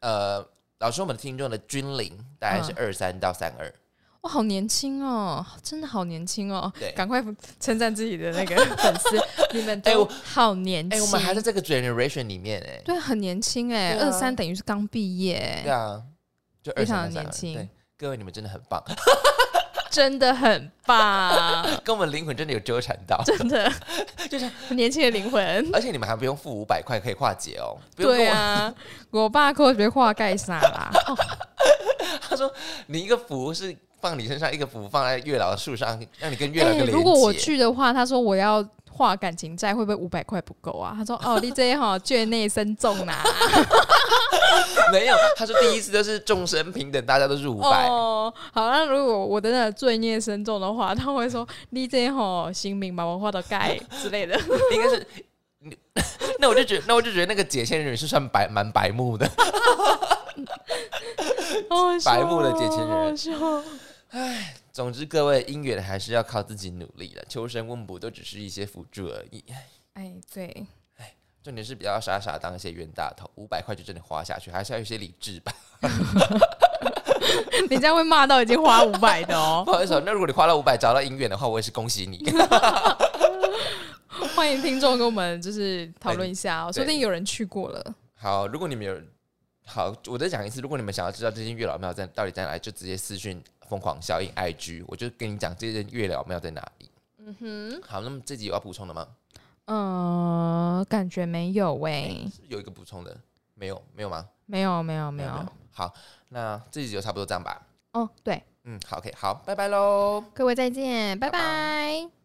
Speaker 1: 呃，老师我们的听众的均龄大概是
Speaker 2: 嗯
Speaker 1: 二三到三二、
Speaker 2: 哇，好年轻哦，真的好年轻哦
Speaker 1: 对！
Speaker 2: 赶快称赞自己的那个粉丝， 你们
Speaker 1: 哎我
Speaker 2: 都好年
Speaker 1: 哎、
Speaker 2: 轻，
Speaker 1: 我们还在这个 generation 里面哎、
Speaker 2: 对，很年轻哎，
Speaker 1: 对啊
Speaker 2: 二三等于是刚毕
Speaker 1: 对
Speaker 2: 业，
Speaker 1: 啊，就二
Speaker 2: 非常
Speaker 1: 三
Speaker 2: 的
Speaker 1: 到三
Speaker 2: 年轻
Speaker 1: 二。对，各位你们真的很棒， 啊
Speaker 2: 真的很棒，
Speaker 1: 跟我们灵魂真的有纠缠到。
Speaker 2: 真的就是年轻的灵魂。
Speaker 1: 而且你们还不用付五百块可以化解哦。不用跟
Speaker 2: 对
Speaker 1: 我，
Speaker 2: 啊，我爸扣学话盖 啥啦？
Speaker 1: 他说你一个符是放你身上，一个符放在月老的树上，让你跟月老
Speaker 2: 哎
Speaker 1: 有，个连接。
Speaker 2: 如果我去的话，他说我要画感情债，会不会五百块不够啊？他说哦，你这哈卷内生重啦，
Speaker 1: 没有，他说第一次就是众生平等，大家都是五百、
Speaker 2: 哦，好，那如果我真的罪孽深重的话，他会说你这吼新民把我画的盖之类 的。
Speaker 1: 应该是。那我就觉得，那我就觉得那个解签人是算白蛮白目的。
Speaker 2: 好好笑哦
Speaker 1: 白目的解签人
Speaker 2: 好好笑
Speaker 1: 总之，各位姻缘还是要靠自己努力了，求神问卜都只是一些辅助而已。
Speaker 2: 哎，对，
Speaker 1: 重点是不要傻傻当一些冤大头，五百块就真的花下去，还是要有一些理智吧。
Speaker 2: 你这样会骂到已经花五百的哦。
Speaker 1: 不好意思哦，那如果你花了五百找到姻缘的话，我也是恭喜你。
Speaker 2: 欢迎听众跟我们就是讨论一 下哦，说不定有人去过了。
Speaker 1: 好，如果你们有好，我再讲一次，如果你们想要知道这间月老庙在到底在哪里，就直接私讯疯狂效应 IG，我就跟你讲这间月老庙在哪里。
Speaker 2: 嗯哼，
Speaker 1: 好，那么这集有要补充的吗？
Speaker 2: 呃，感觉没有喂，
Speaker 1: 哎是有一个补充的，没有，没有吗？
Speaker 2: 没有，没有，没有。。
Speaker 1: 好，那这集就差不多这样吧。
Speaker 2: 哦，对，
Speaker 1: 嗯，好，OK，好，拜拜喽。
Speaker 2: 各位再见，拜
Speaker 1: 拜
Speaker 2: 拜